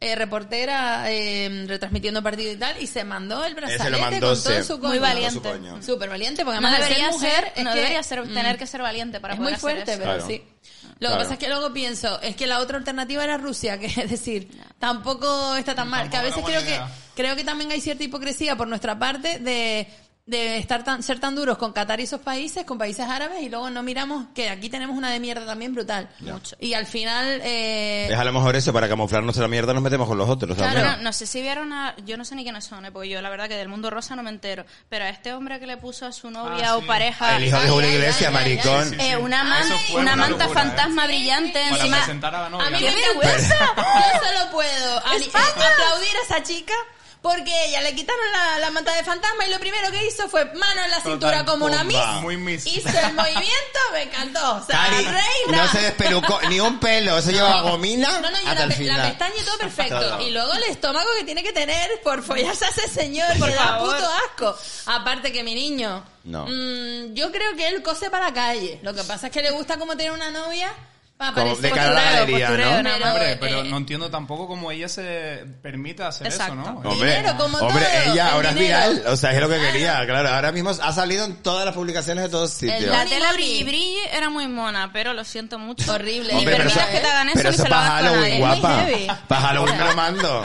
S2: eh, reportera, eh, retransmitiendo partido y tal, y se mandó el brazalete
S1: mandó,
S2: con todo
S1: sí.
S2: su
S1: Muy
S2: coño.
S5: valiente.
S1: Con su coño.
S2: Súper valiente, porque
S5: no
S2: además de
S5: debería
S2: ser mujer,
S5: ser, no
S2: es que- mm.
S5: debería ser, tener que ser valiente para
S2: es
S5: poder
S2: muy
S5: hacer
S2: fuerte,
S5: eso.
S2: pero
S1: Claro.
S2: sí. Lo
S1: Claro.
S2: que pasa es que luego pienso, es que la otra alternativa era Rusia, que es decir, tampoco está tan mal. Que a
S4: Tampoco
S2: veces creo
S4: era buena
S2: que
S4: idea.
S2: creo que también hay cierta hipocresía por nuestra parte de de estar tan, ser tan duros con Qatar y esos países, con países árabes, y luego no miramos que aquí tenemos una de mierda también brutal. Mucho. Y al final... Eh,
S1: Es a lo mejor eso, para camuflar nuestra mierda nos metemos con los otros.
S2: Claro.
S1: también.
S5: Bueno, no sé si vieron a... Yo no sé ni quiénes son, eh, porque yo la verdad que del mundo rosa no me entero. Pero a este hombre que le puso a su novia
S4: Ah,
S5: o
S4: sí.
S5: pareja...
S1: El hijo de Julio Iglesias,
S2: ay, ay, ay,
S1: maricón.
S4: sí, sí.
S5: eh, una,
S4: Eso
S5: man-
S4: fue
S5: una,
S4: una
S5: manta
S4: locura,
S5: fantasma brillante
S4: Para
S5: encima...
S4: presentar a la novia.
S2: A mí
S4: ¿no?
S2: me vergüenza. Yo solo puedo ani- aplaudir a esa chica porque ella le quitaron la, la manta de fantasma y lo primero que hizo fue mano en la cintura
S4: Total,
S2: como una
S4: bomba.
S2: miss.
S4: Muy miss.
S2: Hizo el movimiento, me encantó. O sea,
S1: Cari,
S2: reina.
S1: no se despelucó, ni un pelo, se lleva gomina
S2: No, no, y
S1: hasta el
S2: la, pe- la
S1: final.
S2: pestaña y todo perfecto.
S1: Todo.
S2: Y luego el estómago que tiene que tener por follarse a ese señor, por da
S5: favor.
S2: puto asco. Aparte que mi niño.
S1: No.
S2: mm, yo creo que él cose para la calle. Lo que pasa es que le gusta como tener una novia para
S1: Como
S2: parecer
S1: de cara a la
S2: postureo,
S1: galería, ¿no?
S2: postureo,
S5: Hombre,
S4: Hombre,
S2: eh,
S4: pero no entiendo tampoco cómo ella se permite hacer
S5: Exacto.
S4: eso, ¿no?
S1: Hombre,
S2: Dinero, como
S1: hombre ella
S2: todo, el
S1: ahora
S2: dinero.
S1: es viral, o sea, es lo que quería, claro. Ahora mismo ha salido en todas las publicaciones de todos sitios.
S2: la-
S5: La tela
S2: Mori.
S5: brilli brilli era muy mona, pero lo siento mucho.
S2: Horrible.
S5: Y
S1: Hombre, pero
S5: permitas
S1: eso-
S5: que te hagan eso
S1: pero
S5: ni se lo
S1: para
S5: hagas con
S1: Halloween,
S5: nadie.
S2: Es muy
S1: guapa.
S2: heavy.
S1: Para Halloween me lo mando.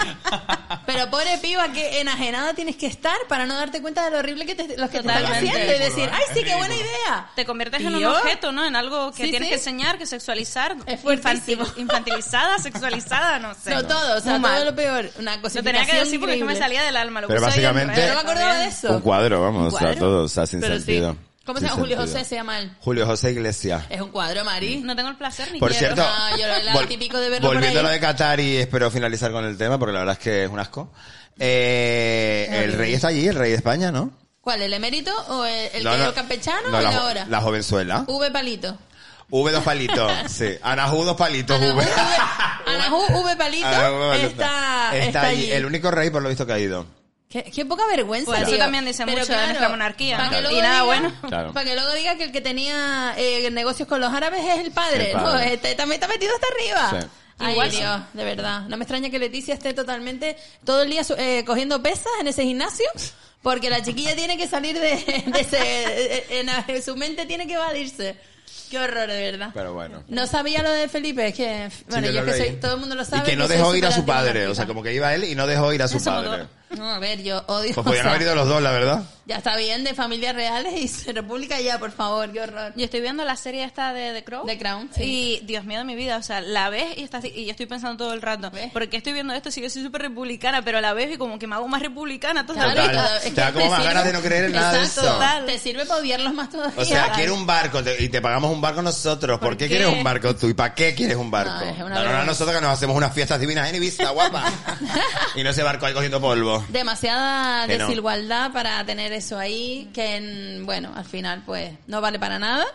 S2: Pero pobre piba, que enajenada tienes que estar para no darte cuenta de lo horrible que te, los que te están
S5: Totalmente.
S2: haciendo y
S4: Ridículo,
S2: decir,
S4: ¿eh?
S2: ay, sí,
S4: Es
S2: qué buena
S4: ridículo.
S2: idea.
S5: Te conviertes en
S2: ¿Y
S5: un
S2: yo?
S5: objeto, ¿no? En algo que
S2: Sí,
S5: tienes
S2: sí.
S5: que enseñar, que sexualizar,
S2: Es fuertísimo.
S5: infantil- infantilizada, sexualizada, no sé.
S2: No todo, o sea,
S5: Muy mal.
S2: todo lo peor. Una cosa
S5: Lo tenía que decir porque es que me salía del alma. Lo
S1: Pero
S5: puse ahí en
S1: básicamente-
S5: redes
S2: No me acordaba de
S5: también.
S2: eso.
S1: Eh, Un cuadro, vamos,
S2: Un
S1: o sea,
S2: cuadro.
S1: todo, o sea, sin
S2: Pero sí.
S1: sentido.
S2: ¿Cómo se
S1: Sin
S2: llama? Julio
S1: sentido.
S2: José se llama él.
S1: Julio José Iglesias.
S2: Es un cuadro, Mari.
S5: No tengo el placer ni
S1: Por
S5: quiero.
S1: cierto,
S2: No, yo lo- era
S1: vol-
S2: típico de verlo por
S1: volviendo a lo
S2: ahí.
S1: de Qatar y espero finalizar con el tema porque la verdad es que es un asco. Eh, el rey está allí, el rey de España, ¿no?
S2: ¿Cuál? ¿El emérito o el, el
S1: No,
S2: que
S1: no.
S2: dio campechano
S1: No,
S2: o el
S1: la,
S2: de
S1: jo-
S2: ahora? Uh.
S1: La jovenzuela.
S2: V palito.
S1: V dos palitos, sí. Anajú dos palitos,
S2: Anajú,
S1: V.
S2: V, Anajú, V palito
S1: Anajú dos palitos.
S2: está, está, allí.
S1: El único rey por lo visto que ha ido.
S2: Qué, qué poca vergüenza,
S5: Pues eso
S2: tío.
S5: también dice mucho de nuestra monarquía,
S2: pa' que
S5: ¿no?
S2: luego
S5: Y nada
S2: diga-
S5: bueno.
S1: Claro.
S2: Para que luego diga que el que tenía eh, negocios con los árabes es el padre.
S1: El padre.
S2: No, este también está metido hasta arriba.
S1: Sí.
S2: Ay, Dios, de verdad. No me extraña que Leticia esté totalmente todo el día su- eh, cogiendo pesas en ese gimnasio. Porque la chiquilla tiene que salir de, de ese... en- en su mente tiene que evadirse. Qué horror, de verdad.
S1: Pero bueno.
S2: No sabía lo de Felipe, es que... Bueno,
S1: Sí,
S2: yo
S1: lo
S2: que
S1: leí.
S2: soy... Todo el mundo lo sabe.
S1: Y que no
S2: soy
S1: dejó
S2: súper
S1: ir a su padre.
S2: antimonárquica.
S1: O sea, como que iba él y no dejó ir a su
S5: Eso me
S1: padre.
S5: duele.
S2: No, a ver, yo odio...
S1: Pues
S2: o
S1: podían
S2: sea,
S1: haber ido los dos, la verdad.
S2: ya está bien de familias reales y república ya, por favor, qué horror.
S5: Yo estoy viendo la serie esta de The Crown.
S2: The Crown, sí.
S5: Y Dios mío de mi vida, o sea, la ves y estás y yo estoy pensando todo el rato,
S2: ¿Ves?
S5: ¿por qué estoy viendo esto si yo soy súper republicana? Pero la ves y como que me hago más republicana. Entonces,
S2: Claro,
S1: Total.
S2: claro, es
S1: Te
S2: que
S1: da como más
S2: sirve-
S1: ganas de no creer en nada de
S2: Exacto,
S1: eso.
S2: total. Te sirve para odiarlos más todavía.
S1: O sea, quiero un barco te- y te pagamos un barco nosotros. ¿Por,
S5: ¿Por
S1: qué,
S5: qué?
S1: quieres un barco tú? ¿Y para qué quieres un barco?
S2: No, es una
S1: No, no, no,
S2: vergüenza.
S1: nosotros que nos hacemos unas fiestas divinas en Ibiza, guapa. y no ese barco ahí cogiendo polvo.
S2: Demasiada
S1: Que no.
S2: desigualdad para tener eso ahí, que en- bueno, al final pues no vale para nada.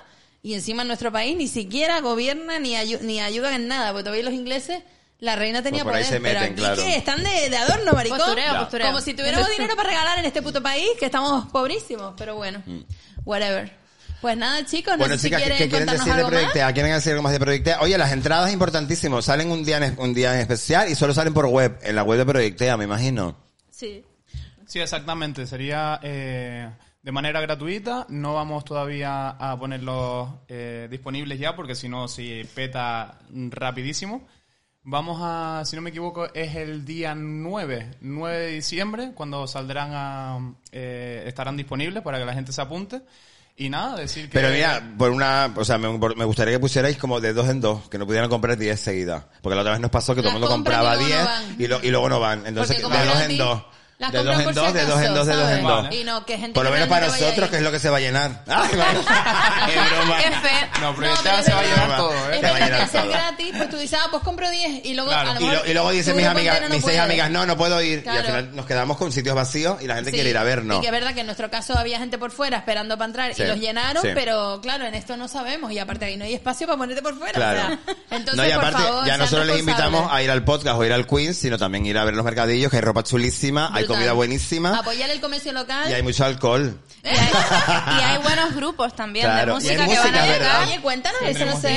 S2: Y encima en nuestro país ni siquiera gobierna ni, ayu- ni ayudan en nada, porque todavía los ingleses, la reina tenía
S1: Pues por ahí
S2: poder,
S1: se meten,
S2: pero aquí
S1: claro.
S2: que están de, de adorno, maricón.
S5: Postureo, postureo.
S2: Como si tuviéramos dinero para regalar en este puto país, que estamos pobrísimos, pero bueno, whatever. Pues nada, chicos,
S1: Mm. Bueno,
S2: no sé
S1: chicas,
S2: si
S1: ¿qué,
S2: quieren,
S1: qué quieren
S2: contarnos
S1: decir de este
S2: algo más.
S1: Proyectea? ¿Quieren decir algo más de Proyectea? Oye, las entradas importantísimo. Salen un día, en, un día en especial y solo salen por web. En la web de Proyectea, me imagino.
S5: sí.
S4: Sí, exactamente. Sería eh, de manera gratuita. No vamos todavía a ponerlos eh, disponibles ya porque si no, se peta rapidísimo. Vamos a, si no me equivoco, es el día 9, 9 de diciembre, cuando saldrán a... eh, estarán disponibles para que la gente se apunte. Y nada, decir que...
S1: Pero mira, por una, o sea, me, por- me gustaría que pusierais como de dos en dos, que no pudieran comprar 10 seguidas. Porque la otra vez nos pasó que todo el mundo
S2: Las compran
S1: compraba
S2: y luego
S1: 10
S2: no van.
S1: y, lo- y luego no van. Entonces,
S2: Porque como
S1: de
S2: eran
S1: dos en
S2: así,
S1: dos.
S2: Las
S1: De
S2: compran
S1: dos en
S2: por si
S1: dos, de dos en
S2: acaso,
S1: dos, de dos en
S2: ¿sabes?
S1: dos.
S4: Vale.
S2: Y no, que gente
S1: Por lo
S2: que
S1: menos para
S2: realmente vaya
S1: nosotros,
S2: ahí.
S1: que es lo que se va a llenar. Ay, vale. Es broma.
S5: Qué fe.
S4: No, pero
S2: No,
S4: esta
S2: pero es
S4: se va a
S2: verdad.
S4: llevar todo, ¿eh?
S2: Es
S1: Te va a
S2: verdad que
S1: llenar
S2: al ser
S1: todo.
S2: gratis, pues tú dices, ah, pues compro 10 y luego
S4: Claro.
S2: a lo
S1: Y,
S2: mejor
S1: lo- y luego dicen
S2: tu
S1: mis
S2: grupo
S1: amigas,
S2: entero no
S1: mis seis
S2: puede.
S1: amigas, no, no puedo ir. Y
S2: Claro.
S1: al final nos quedamos con sitios vacíos y la gente
S2: Sí.
S1: quiere ir a
S2: Y
S1: vernos.
S2: que es verdad que en nuestro caso había gente por fuera esperando para entrar
S1: Sí.
S2: y los llenaron,
S1: Sí.
S2: pero claro, en esto no sabemos y aparte ahí no hay espacio para ponerte por fuera.
S1: Claro.
S2: o sea, entonces,
S1: no, y aparte,
S2: por favor,
S1: ya no
S2: sean
S1: solo les
S2: responsables.
S1: invitamos a ir al podcast o ir al Queens, sino también ir a ver los mercadillos, que hay ropa chulísima, hay
S2: Brutal. Ah, pues,
S1: comida buenísima
S2: Apoyar el comercio local.
S1: y hay mucho alcohol.
S5: Y hay, y hay buenos grupos también
S1: Claro,
S5: de
S1: y
S5: música,
S1: hay
S5: que van
S1: música,
S5: a
S1: ¿verdad?
S5: llegar.
S2: Oye, cuéntanos eso, no
S4: Tendremos
S2: sé.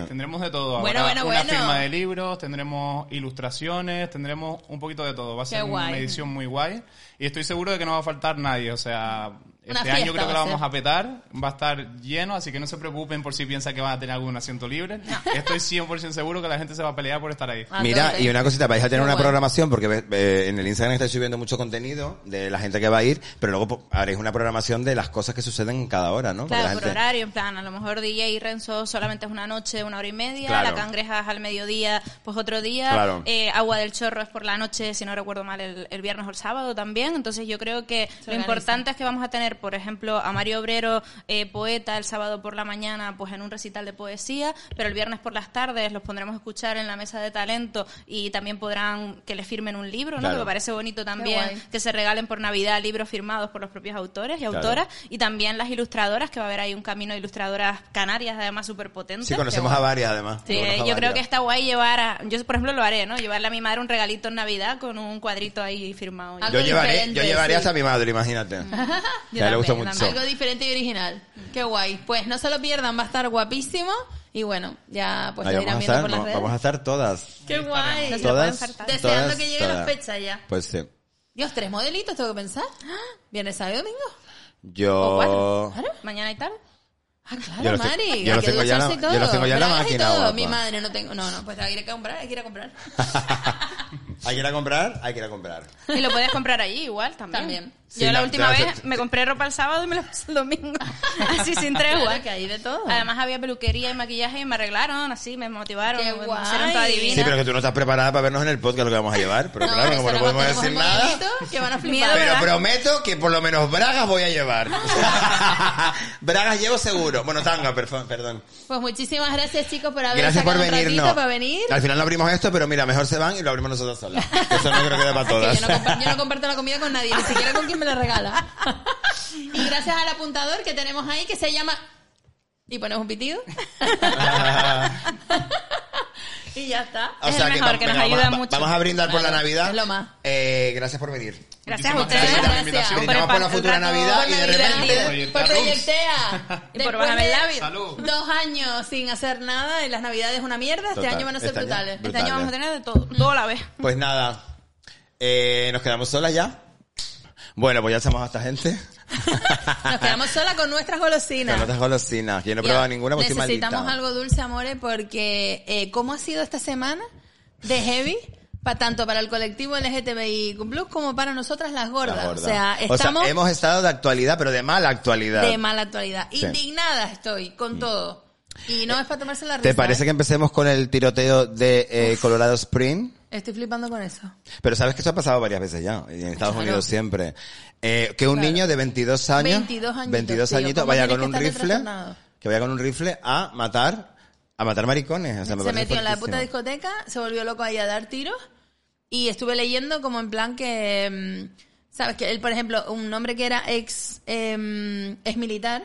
S4: DJs, tendremos de todo.
S2: Bueno,
S4: Habrá
S2: bueno,
S4: una
S2: bueno.
S4: firma de libros, tendremos ilustraciones, tendremos un poquito de todo. Va a ser
S2: Qué guay.
S4: una edición muy guay. Y estoy seguro de que no va a faltar nadie. O sea, Este
S2: fiesta
S4: año creo
S2: va
S4: que la
S2: a ser.
S4: vamos a petar, va a estar lleno, así que no se preocupen por si piensan que van a tener algún asiento libre. Estoy 100% seguro que la gente se va a pelear por estar ahí.
S2: Ah,
S1: Mira,
S2: tope.
S1: y una cosita, vais a tener
S2: Qué
S1: una
S2: bueno.
S1: programación, porque eh, en el Instagram estáis subiendo mucho contenido de la gente que va a ir, pero luego po- haréis una programación de las cosas que suceden en cada hora, ¿no? Porque la
S5: Claro, por
S1: gente-
S5: horario, en plan, a lo mejor DJ y Renzo solamente es una noche, una hora y media,
S1: Claro.
S5: la cangreja es al mediodía, pues otro día,
S1: Claro.
S5: eh, agua del chorro es por la noche, si no recuerdo mal, el, el viernes o el sábado también, entonces yo creo que lo
S2: organiza.
S5: importante es que vamos a tener, por ejemplo, a Mario Obrero, eh, poeta, el sábado por la mañana, pues en un recital de poesía, pero el viernes por las tardes los pondremos a escuchar en la mesa de talento y también podrán que les firmen un libro, ¿no?
S1: Claro.
S5: Que me parece bonito también
S2: guay.
S5: que se regalen por Navidad libros firmados por los propios autores y
S1: Claro.
S5: autoras y también las ilustradoras, que va a haber ahí un camino de ilustradoras canarias, además súper potentes.
S1: Sí, conocemos a varias, además.
S5: Sí,
S1: Conozco a
S5: yo creo
S1: varias.
S5: que está guay llevar a, yo por ejemplo lo haré, ¿no? Llevarle a mi madre un regalito en Navidad con un cuadrito ahí firmado.
S2: Algo
S1: Yo llevaré,
S2: diferente,
S1: yo llevaré
S2: sí.
S1: hasta a mi madre, imagínate. Ya le
S5: también,
S1: gusta
S5: yo
S1: mucho.
S5: también.
S2: Algo diferente y original. Qué guay. Pues no se lo pierdan, va a estar guapísimo. Y bueno, ya pues
S1: Ahí
S2: lo
S1: vamos,
S2: irán
S1: a
S2: viendo
S1: estar,
S2: por las
S1: no,
S2: redes.
S1: vamos a estar todas.
S2: Qué guay.
S5: No se lo pueden
S1: Todas.
S5: faltar.
S2: Deseando
S1: todas,
S2: que llegue la
S1: todas.
S2: fecha ya.
S1: Pues sí.
S2: Dios, tres modelitos tengo que pensar. Viernes, sábado y domingo. ¿O
S1: Yo.
S2: cuatro? Claro.
S5: Mañana y tarde.
S2: Ah, claro,
S1: Yo los te-
S2: Mari.
S1: yo
S2: hay
S1: los
S2: que
S1: tengo ya en la-
S2: ducharse y
S1: yo los
S2: todo.
S1: tengo ya en la
S2: Bragas y
S1: máquina,
S2: todo.
S1: guapa.
S2: Mi madre no tengo. No, no, pues la iré a comprar, hay que ir a comprar.
S1: Hay que ir a comprar, hay que ir a comprar.
S5: Y lo puedes comprar allí igual también.
S2: También.
S5: Yo
S1: Sí,
S5: la
S1: no,
S5: última
S1: te-
S5: vez
S1: te-
S5: me compré ropa el sábado y me la puse el domingo. Así sin tregua.
S2: Claro, que hay de todo.
S5: Además había peluquería y maquillaje y me arreglaron, así me motivaron.
S2: Qué
S5: me
S2: guay.
S5: hicieron toda divina.
S1: Sí, pero que tú no estás preparada para vernos en el podcast lo que vamos a llevar. Pero
S2: No,
S1: claro, como
S2: eso
S1: no
S2: nada más
S1: podemos
S2: tenemos
S1: decir
S2: el
S1: nada.
S2: modelito, Que van a flipar.
S5: Miedo,
S1: Pero
S5: ¿verdad?
S1: prometo que por lo menos bragas voy a llevar. bragas llevo seguro. Bueno, tanga, perfo- perdón.
S2: Pues muchísimas gracias, chicos, por haber
S1: Gracias por
S2: sacado un
S1: venir,
S2: ratito
S1: no.
S2: para venir.
S1: Al final no abrimos esto, pero mira, mejor se van y lo abrimos nosotros solas. Eso no creo que dé para
S2: Es
S1: todas.
S2: que yo, no compa- yo no comparto la comida con nadie, ni siquiera con quien me la regala. Y gracias al apuntador que tenemos ahí que se llama. Y ponemos un pitido. y ya está.
S5: Es el mejor, que nos
S1: vamos,
S5: ayuda
S1: va-
S5: mucho.
S1: Vamos a brindar por la Navidad.
S2: es lo más.
S1: Eh, gracias por venir.
S5: Gracias a ustedes.
S4: Muchísimas
S2: gracias por la invitación.
S1: Brindamos por la
S5: el
S1: futura
S5: rato
S1: Navidad y de
S2: Divertido.
S1: repente...
S4: Oye,
S2: Por
S4: Tarrus.
S2: proyectea.
S5: Y por
S2: Pues Después
S5: bajarme el
S2: de
S5: labio.
S4: Salud.
S2: Dos años sin hacer nada y las navidades una mierda. Este
S1: Total,
S2: año van a ser
S1: este año-
S2: brutales.
S5: Este año vamos a
S1: Dale.
S5: tener de todo, todo a la vez.
S1: Pues nada, eh, nos quedamos solas ya. Bueno, pues ya estamos a esta gente.
S2: Nos quedamos solas con nuestras golosinas.
S1: Con otras golosinas. Yo no he
S2: Ya,
S1: probado ninguna porque estoy
S2: Necesitamos
S1: maldita.
S2: algo dulce, amores, porque eh, ¿cómo ha sido esta semana de heavy? Pa, tanto para el colectivo LGTBI como para nosotras las gordas.
S1: La gorda.
S2: O sea, estamos
S1: hemos estado de actualidad, pero de mala actualidad.
S2: de mala actualidad.
S1: Sí. Mm.
S2: Indignada estoy con todo. Y no es para tomarse la risa.
S1: ¿Te parece
S2: ¿eh?
S1: que empecemos con el tiroteo de eh, Colorado Spring?
S2: Estoy flipando con eso.
S1: Pero sabes que eso ha pasado varias veces ya, y en Estados Unidos siempre. Eh, que un niño de 22 años,
S2: 22 añitos,
S1: 22
S2: tío,
S1: añitos
S2: ¿cómo
S1: vaya
S2: tienes
S1: con
S2: que
S1: un
S2: estar de
S1: rifle,
S2: trastornado?
S1: que vaya con un rifle a matar, a matar maricones. O sea, me
S2: se
S1: parece
S2: metió en la
S1: fuertísimo.
S2: puta discoteca, se volvió loco ahí a dar tiros y estuve leyendo como en plan que, mm, sabes que él, por ejemplo, un hombre que era ex, em, ex militar,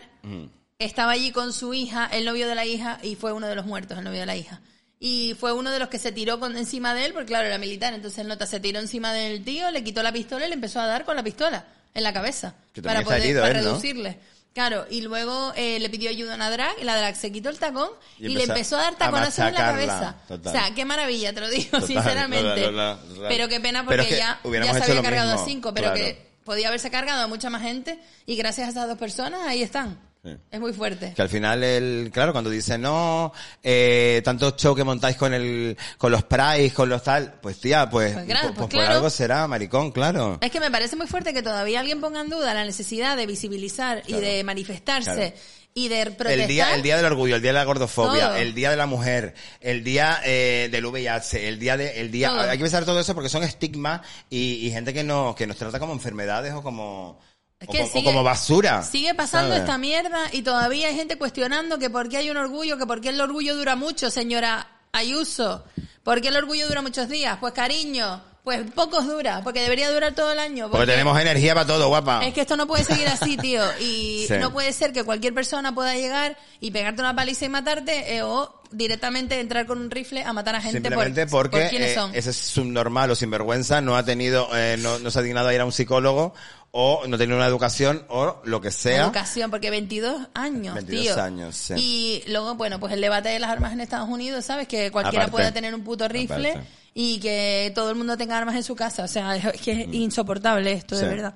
S2: estaba allí con su hija, el novio de la hija y fue uno de los muertos, el novio de la hija. Y fue uno de los que se tiró con, encima de él, porque claro, era militar, entonces el nota se tiró encima del tío, le quitó la pistola y le empezó a dar con la pistola en la cabeza
S1: Que también
S2: para
S1: está
S2: poder
S1: herido
S2: para
S1: él, ¿no?
S2: reducirle. Claro, y luego eh, le pidió ayuda a una drag, y la drag se quitó el tacón
S1: Y
S2: y, le
S1: empezó
S2: empezó
S1: a
S2: a dar taconazos en la
S1: machacarla.
S2: cabeza.
S1: Total.
S2: O sea, qué maravilla, te lo digo
S1: Total,
S2: sinceramente.
S1: lo- lo- lo- lo-
S2: pero qué pena
S1: Pero
S2: porque
S1: es que
S2: ya,
S1: hubiéramos
S2: ya se
S1: hecho
S2: había
S1: lo
S2: cargado
S1: mismo,
S2: a cinco, pero
S1: claro.
S2: que podía haberse cargado a mucha más gente y gracias a esas dos personas ahí están.
S1: Sí.
S2: Es muy fuerte.
S1: Que al final, el, claro, cuando dice no, eh, tanto show que montáis con el, con los price, con los tal, pues tía, pues,
S2: Pues gra-
S1: pues,
S2: pues
S1: por
S2: claro.
S1: algo será, maricón, claro.
S2: Es que me parece muy fuerte que todavía alguien ponga en duda la necesidad de visibilizar y de manifestarse
S1: claro.
S2: y de protestar.
S1: El día, el día del orgullo, el día de la gordofobia,
S2: Todo.
S1: el día de la mujer, el día eh, del VIH, el día de, el día,
S2: Todo.
S1: hay que pensar todo eso porque son estigmas y, y gente que nos, que nos trata como enfermedades o como,
S2: Es
S1: o
S2: que
S1: como- o
S2: sigue-
S1: como basura.
S2: Sigue pasando
S1: ¿sabes?
S2: esta mierda y todavía hay gente cuestionando que por qué hay un orgullo, que por qué el orgullo dura mucho, señora Ayuso. ¿Por qué el orgullo dura muchos días? Pues cariño, pues pocos dura, porque debería durar todo el año.
S1: Porque tenemos energía para todo, guapa.
S2: Es que esto no puede seguir así, tío. Y
S1: Sí.
S2: no puede ser que cualquier persona pueda llegar y pegarte una paliza y matarte eh, o directamente entrar con un rifle a matar a gente por,
S1: Simplemente
S2: por
S1: porque
S2: quiénes
S1: eh,
S2: son.
S1: ese subnormal o sinvergüenza no ha tenido, eh, no, no se ha dignado a ir a un psicólogo o no ha tenido una educación o lo que sea.
S2: Educación, porque 22 años,
S1: 22
S2: tío.
S1: años, sí.
S2: Y luego, bueno, pues el debate de las armas en Estados Unidos, ¿sabes? Que cualquiera
S1: Aparte.
S2: pueda tener un puto rifle
S1: Aparte.
S2: y que todo el mundo tenga armas en su casa. O sea, es que es insoportable esto,
S1: Mm. Sí.
S2: de verdad.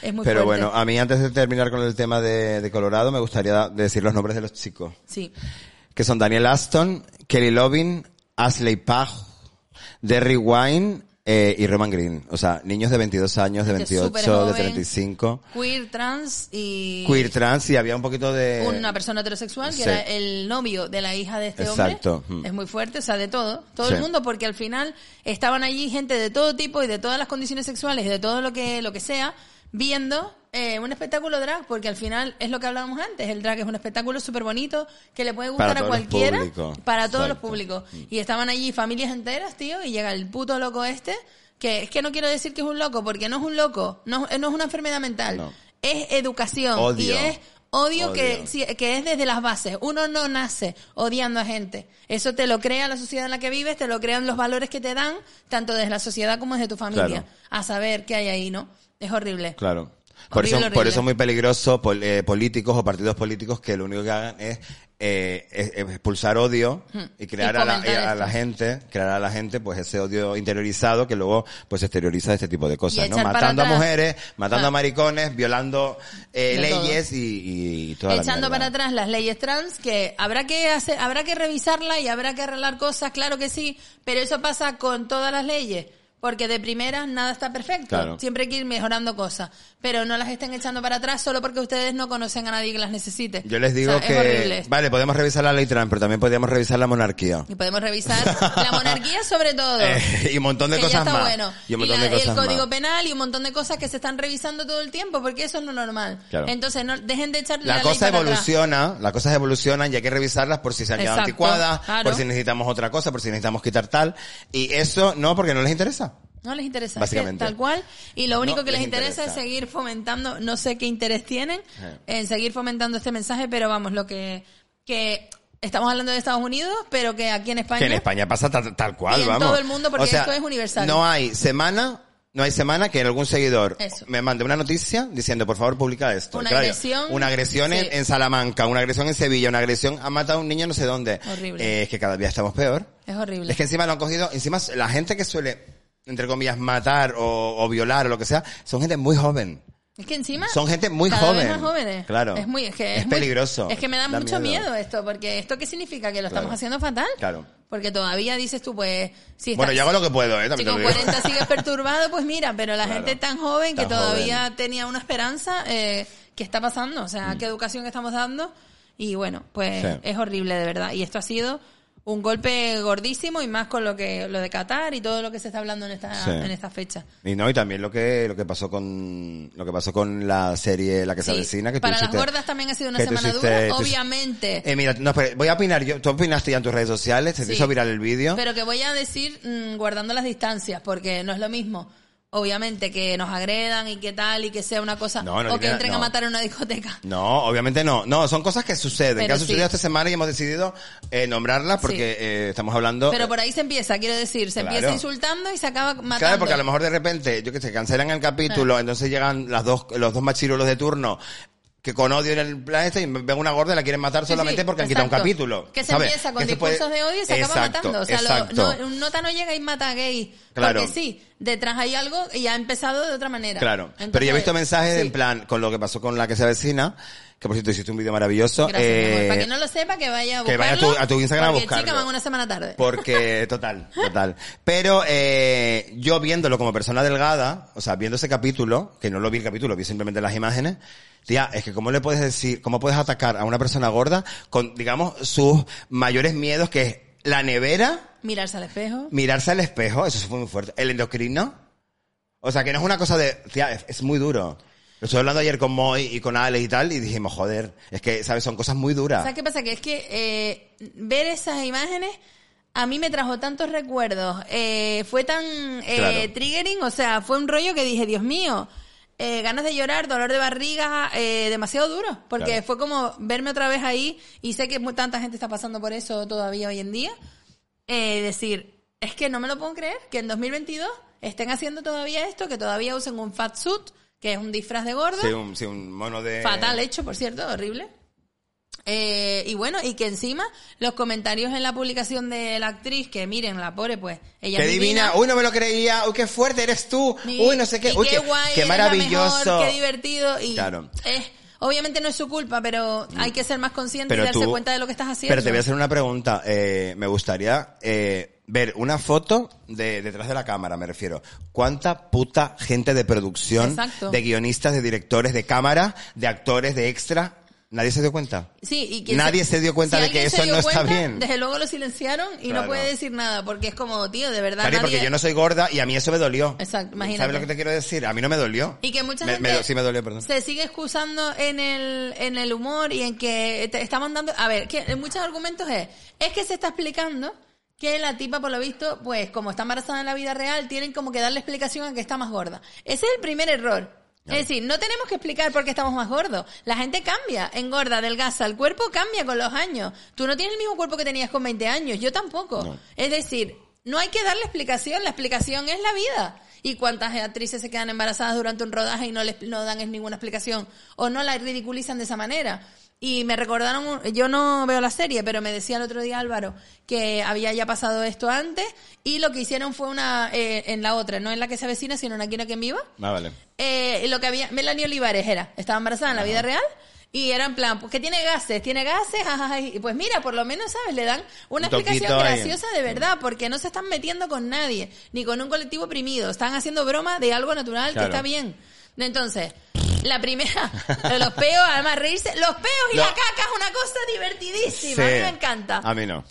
S2: Es muy
S1: Pero
S2: fuerte.
S1: bueno, a mí antes de terminar con el tema de, de Colorado, me gustaría decir los nombres de los chicos.
S2: Sí.
S1: que son Daniel Aston, Kelly Lovin, Ashley Page, Derry Wine eh, y Roman Green. O sea, niños de 22 años, de
S2: Que
S1: 28, de
S2: superjoven.
S1: 35,
S2: Queer, trans y...
S1: queer trans y había un poquito de...
S2: Una persona heterosexual que
S1: sí.
S2: era el novio de la hija de este
S1: Exacto.
S2: hombre.
S1: Mm.
S2: Es muy fuerte, o sea, de todo. Todo
S1: Sí.
S2: el mundo, porque al final estaban allí gente de todo tipo y de todas las condiciones sexuales y de todo lo que, lo que sea, viendo eh, un espectáculo drag, porque al final es lo que hablábamos antes. El drag es un espectáculo súper bonito que le puede gustar
S1: Para
S2: a
S1: todos los
S2: cualquiera.
S1: públicos.
S2: Para todos los
S1: Exacto. Mm.
S2: públicos. Y estaban allí familias enteras, tío, y llega el puto loco este, que es que no quiero decir que es un loco, porque no es un loco, no, no es una enfermedad mental.
S1: No.
S2: Es educación
S1: Odio.
S2: y es odio,
S1: Odio.
S2: Que, sí, que es desde las bases. Uno no nace odiando a gente. Eso te lo crea la sociedad en la que vives, te lo crean los valores que te dan, tanto desde la sociedad como desde tu familia.
S1: Claro.
S2: A saber qué hay ahí, ¿no? Es horrible.
S1: Claro. Por eso,
S2: Horrible, horrible.
S1: por eso es muy peligroso pol- eh, políticos o partidos políticos que lo único que hagan es, eh, es- es expulsar odio y crear
S2: Y
S1: a, la,
S2: fomentar
S1: eh, a la
S2: esto.
S1: gente, crear a la gente pues ese odio interiorizado que luego pues exterioriza este tipo de
S2: Y
S1: cosas, ¿no?
S2: echar para
S1: Matando a
S2: atrás.
S1: mujeres, matando
S2: Ah.
S1: a maricones, violando eh,
S2: De
S1: leyes y, y toda la
S2: Echando
S1: mierda.
S2: para atrás las leyes trans, que habrá que hacer, habrá que revisarla y habrá que arreglar cosas, claro que sí, pero eso pasa con todas las leyes, porque de primera nada está perfecto,
S1: Claro.
S2: siempre hay que ir mejorando cosas, pero no las estén echando para atrás solo porque ustedes no conocen a nadie que las necesite.
S1: Yo les digo
S2: O sea, es horrible
S1: que
S2: esto.
S1: vale, podemos revisar la ley trans, pero también podríamos revisar la monarquía.
S2: Y podemos revisar la monarquía sobre todo.
S1: Eh, y un montón de
S2: que
S1: cosas
S2: ya está
S1: más.
S2: bueno.
S1: Y un montón
S2: la-
S1: de cosas
S2: el
S1: más.
S2: código penal y un montón de cosas que se están revisando todo el tiempo, porque eso es lo normal.
S1: Claro.
S2: Entonces, no, dejen de echar la,
S1: La,
S2: ley
S1: cosa
S2: para atrás.
S1: evoluciona, las cosas evolucionan y hay que revisarlas por si se han quedado
S2: Exacto,
S1: anticuadas,
S2: claro.
S1: por si necesitamos otra cosa, por si necesitamos quitar tal. Y eso no, porque no les interesa.
S2: No les interesa, es
S1: Básicamente.
S2: que tal cual. Y lo único
S1: No
S2: que les,
S1: les
S2: interesa,
S1: interesa. Eh.
S2: es seguir fomentando, no sé qué interés tienen
S1: Ajá.
S2: en seguir fomentando este mensaje, pero vamos, lo que, que estamos hablando de Estados Unidos, pero que aquí en España...
S1: Que en España pasa tal, tal cual,
S2: Y en
S1: vamos.
S2: todo el mundo, porque esto es universal.
S1: No hay semana, no hay semana que algún seguidor
S2: Eso.
S1: me mande una noticia diciendo, por favor, publica esto.
S2: Una
S1: Claro,
S2: agresión.
S1: Una agresión en,
S2: Sí.
S1: en Salamanca, una agresión en Sevilla, una agresión ha matado a un niño no sé dónde.
S2: Horrible.
S1: Eh, es que cada día estamos peor.
S2: Es horrible.
S1: Es que encima lo han cogido, encima la gente que suele, entre comillas, matar o, o violar o lo que sea, son gente muy joven.
S2: Es que encima
S1: Son gente muy
S2: cada
S1: joven.
S2: vez más jóvenes.
S1: Claro.
S2: Es muy es que
S1: Es
S2: muy-
S1: peligroso.
S2: es que me da,
S1: Da
S2: mucho
S1: miedo.
S2: miedo. esto porque esto qué significa que lo
S1: Claro.
S2: estamos haciendo fatal.
S1: Claro.
S2: Porque todavía dices tú pues si
S1: Bueno,
S2: estás-
S1: yo hago lo que puedo, ¿eh?
S2: si
S1: También te
S2: con
S1: lo digo.
S2: 40 sigues perturbado, pues mira, pero la
S1: Claro.
S2: gente tan joven que
S1: Tan
S2: todavía
S1: joven. Mm.
S2: tenía una esperanza, eh, ¿qué está pasando? O sea, ¿qué educación estamos dando? Y bueno, pues
S1: Sí.
S2: es horrible de verdad. Y esto ha sido un golpe gordísimo y más con lo que lo de Qatar y todo lo que se está hablando en esta,
S1: Sí.
S2: en esta fecha.
S1: Y no, y también lo que, lo que pasó con, lo que pasó con la serie La que se
S2: Sí.
S1: avecina, que tú
S2: Para
S1: hiciste-
S2: las gordas también ha sido una
S1: que tú
S2: semana
S1: hiciste-
S2: dura,
S1: tú-
S2: obviamente.
S1: Eh, mira, no, espera, voy a opinar yo, tú opinaste ya en tus redes sociales, se te
S2: Sí.
S1: hizo viral el vídeo.
S2: Pero que voy a decir mm, guardando las distancias, porque no es lo mismo. Obviamente que nos agredan y que tal y que sea una cosa
S1: No, no,
S2: o que
S1: no,
S2: entren
S1: no.
S2: a matar en una discoteca.
S1: No, obviamente no. No, son cosas que suceden, que
S2: Pero
S1: han sucedido
S2: sí.
S1: esta semana y hemos decidido eh, nombrarlas porque eh, estamos hablando.
S2: Pero por ahí se empieza, quiero decir, se
S1: Claro.
S2: empieza insultando y se acaba matando.
S1: Claro, porque a lo mejor de repente, yo que sé, cancelan el capítulo, entonces llegan las dos, los dos machirulos de turno que con odio en el planeta y ven una gorda y la quieren matar
S2: Sí,
S1: solamente
S2: sí,
S1: porque han quitado un
S2: exacto.
S1: capítulo.
S2: Que se
S1: ¿sabes?
S2: empieza con
S1: Que se puede-
S2: discursos de odio y se acaba
S1: Exacto,
S2: matando. O sea, lo-
S1: exacto.
S2: no, un nota no llega y mata a gay.
S1: Claro.
S2: Porque sí, detrás hay algo y ha empezado de otra manera.
S1: Claro.
S2: Entonces,
S1: Pero yo he visto mensajes
S2: sí.
S1: en plan, con lo que pasó con la que se avecina, que por cierto hiciste un vídeo maravilloso.
S2: Gracias, mi amor.
S1: eh,
S2: Para que no lo sepa, que vaya a
S1: que
S2: buscarlo.
S1: vaya a tu- a tu Instagram a
S2: porque,
S1: buscarlo.
S2: chica, van una semana tarde.
S1: Porque, total, total. Pero eh, yo viéndolo como persona delgada, o sea, viendo ese capítulo, que no lo vi el capítulo, vi simplemente las imágenes, tía, es que cómo le puedes decir, cómo puedes atacar a una persona gorda con, digamos, sus mayores miedos, que es la nevera,
S2: Mirarse al espejo.
S1: mirarse al espejo, eso fue muy fuerte, el endocrino. O sea, que no es una cosa de, tía, es, es muy duro. Lo estuve hablando ayer con Moy y con Alex y tal, y dijimos, joder, es que, ¿sabes? Son cosas muy duras.
S2: ¿Sabes qué pasa? Que es que eh, ver esas imágenes a mí me trajo tantos recuerdos. Eh, fue tan eh,
S1: Claro.
S2: triggering, o sea, fue un rollo que dije, Dios mío, eh, ganas de llorar, dolor de barriga, eh, demasiado duro. Porque
S1: Claro.
S2: fue como verme otra vez ahí y sé que mu- tanta gente está pasando por eso todavía hoy en día. Eh, decir, es que no me lo puedo creer que en 2022 estén haciendo todavía esto, que todavía usen un fat suit, que es un disfraz de gordo.
S1: Sí, un, sí, un mono de...
S2: Fatal hecho, por cierto, horrible. Eh, y bueno, y que encima los comentarios en la publicación de la actriz, que miren, la pobre, pues, ella
S1: Qué
S2: es
S1: divina. Uy, no me lo creía. Uy, qué fuerte eres tú.
S2: Sí.
S1: Uy, no sé qué.
S2: Y
S1: Uy,
S2: qué, guay,
S1: qué
S2: eres la
S1: maravilloso.
S2: mejor, qué divertido. Y
S1: Claro. Mm.
S2: eh, obviamente no es su culpa, pero hay que ser más consciente y
S1: Pero
S2: darse
S1: tú-
S2: cuenta de lo que estás haciendo.
S1: Pero te voy a hacer una pregunta. Eh, me gustaría eh, ver una foto de detrás de la cámara, me refiero. ¿Cuánta puta gente de producción,
S2: Exacto.
S1: de guionistas, de directores, de cámara, de actores, de extra? ¿Nadie se dio cuenta?
S2: Sí, y quien
S1: Nadie se dio cuenta de
S2: alguien
S1: que
S2: se
S1: eso
S2: dio
S1: no está
S2: cuenta,
S1: bien.
S2: Desde luego lo silenciaron y
S1: Claro.
S2: no puede decir nada porque es como, tío, de verdad.
S1: Cari, porque
S2: nadie-
S1: yo no soy gorda y a mí eso me dolió.
S2: Exacto, imagínate.
S1: ¿Sabes lo que te quiero decir? A mí no me dolió.
S2: Y que mucha
S1: Me-
S2: gente
S1: me do- sí me dolió, perdón.
S2: se sigue excusando en el, en el humor y en que te está mandando... A ver, que en muchos argumentos es, es que se está explicando que la tipa, por lo visto, pues como está embarazada en la vida real, tienen como que darle explicación a que está más gorda. Ese es el primer error. Es decir, no tenemos que explicar por qué estamos más gordos. La gente cambia, engorda, adelgaza, el cuerpo cambia con los años. Tú no tienes el mismo cuerpo que tenías con 20 años, yo tampoco. Es decir, no hay que darle explicación, la explicación es la vida. ¿Y cuántas actrices se quedan embarazadas durante un rodaje y no les no dan ninguna explicación? O no la ridiculizan de esa manera. Y me recordaron, un- yo no veo la serie, pero me decía el otro día Álvaro que había ya pasado esto antes y lo que hicieron fue una, eh, en la otra, no en la que se avecina, sino en Aquí no hay quien viva.
S1: Ah, vale.
S2: Eh, lo que había, Melanie Olivares era, estaba embarazada en la vida real y era en plan, pues que tiene gases, tiene gases, ajá, y pues mira, por lo menos, ¿sabes? Le dan una
S1: Un toquito
S2: explicación
S1: ahí.
S2: graciosa de verdad, porque no se están metiendo con nadie, ni con un colectivo oprimido, están haciendo broma de algo natural
S1: Claro.
S2: que está bien. Entonces, la primera, los peos, además reírse, los peos y
S1: Lo-
S2: la caca es una cosa divertidísima, a mí me encanta.
S1: A mí no.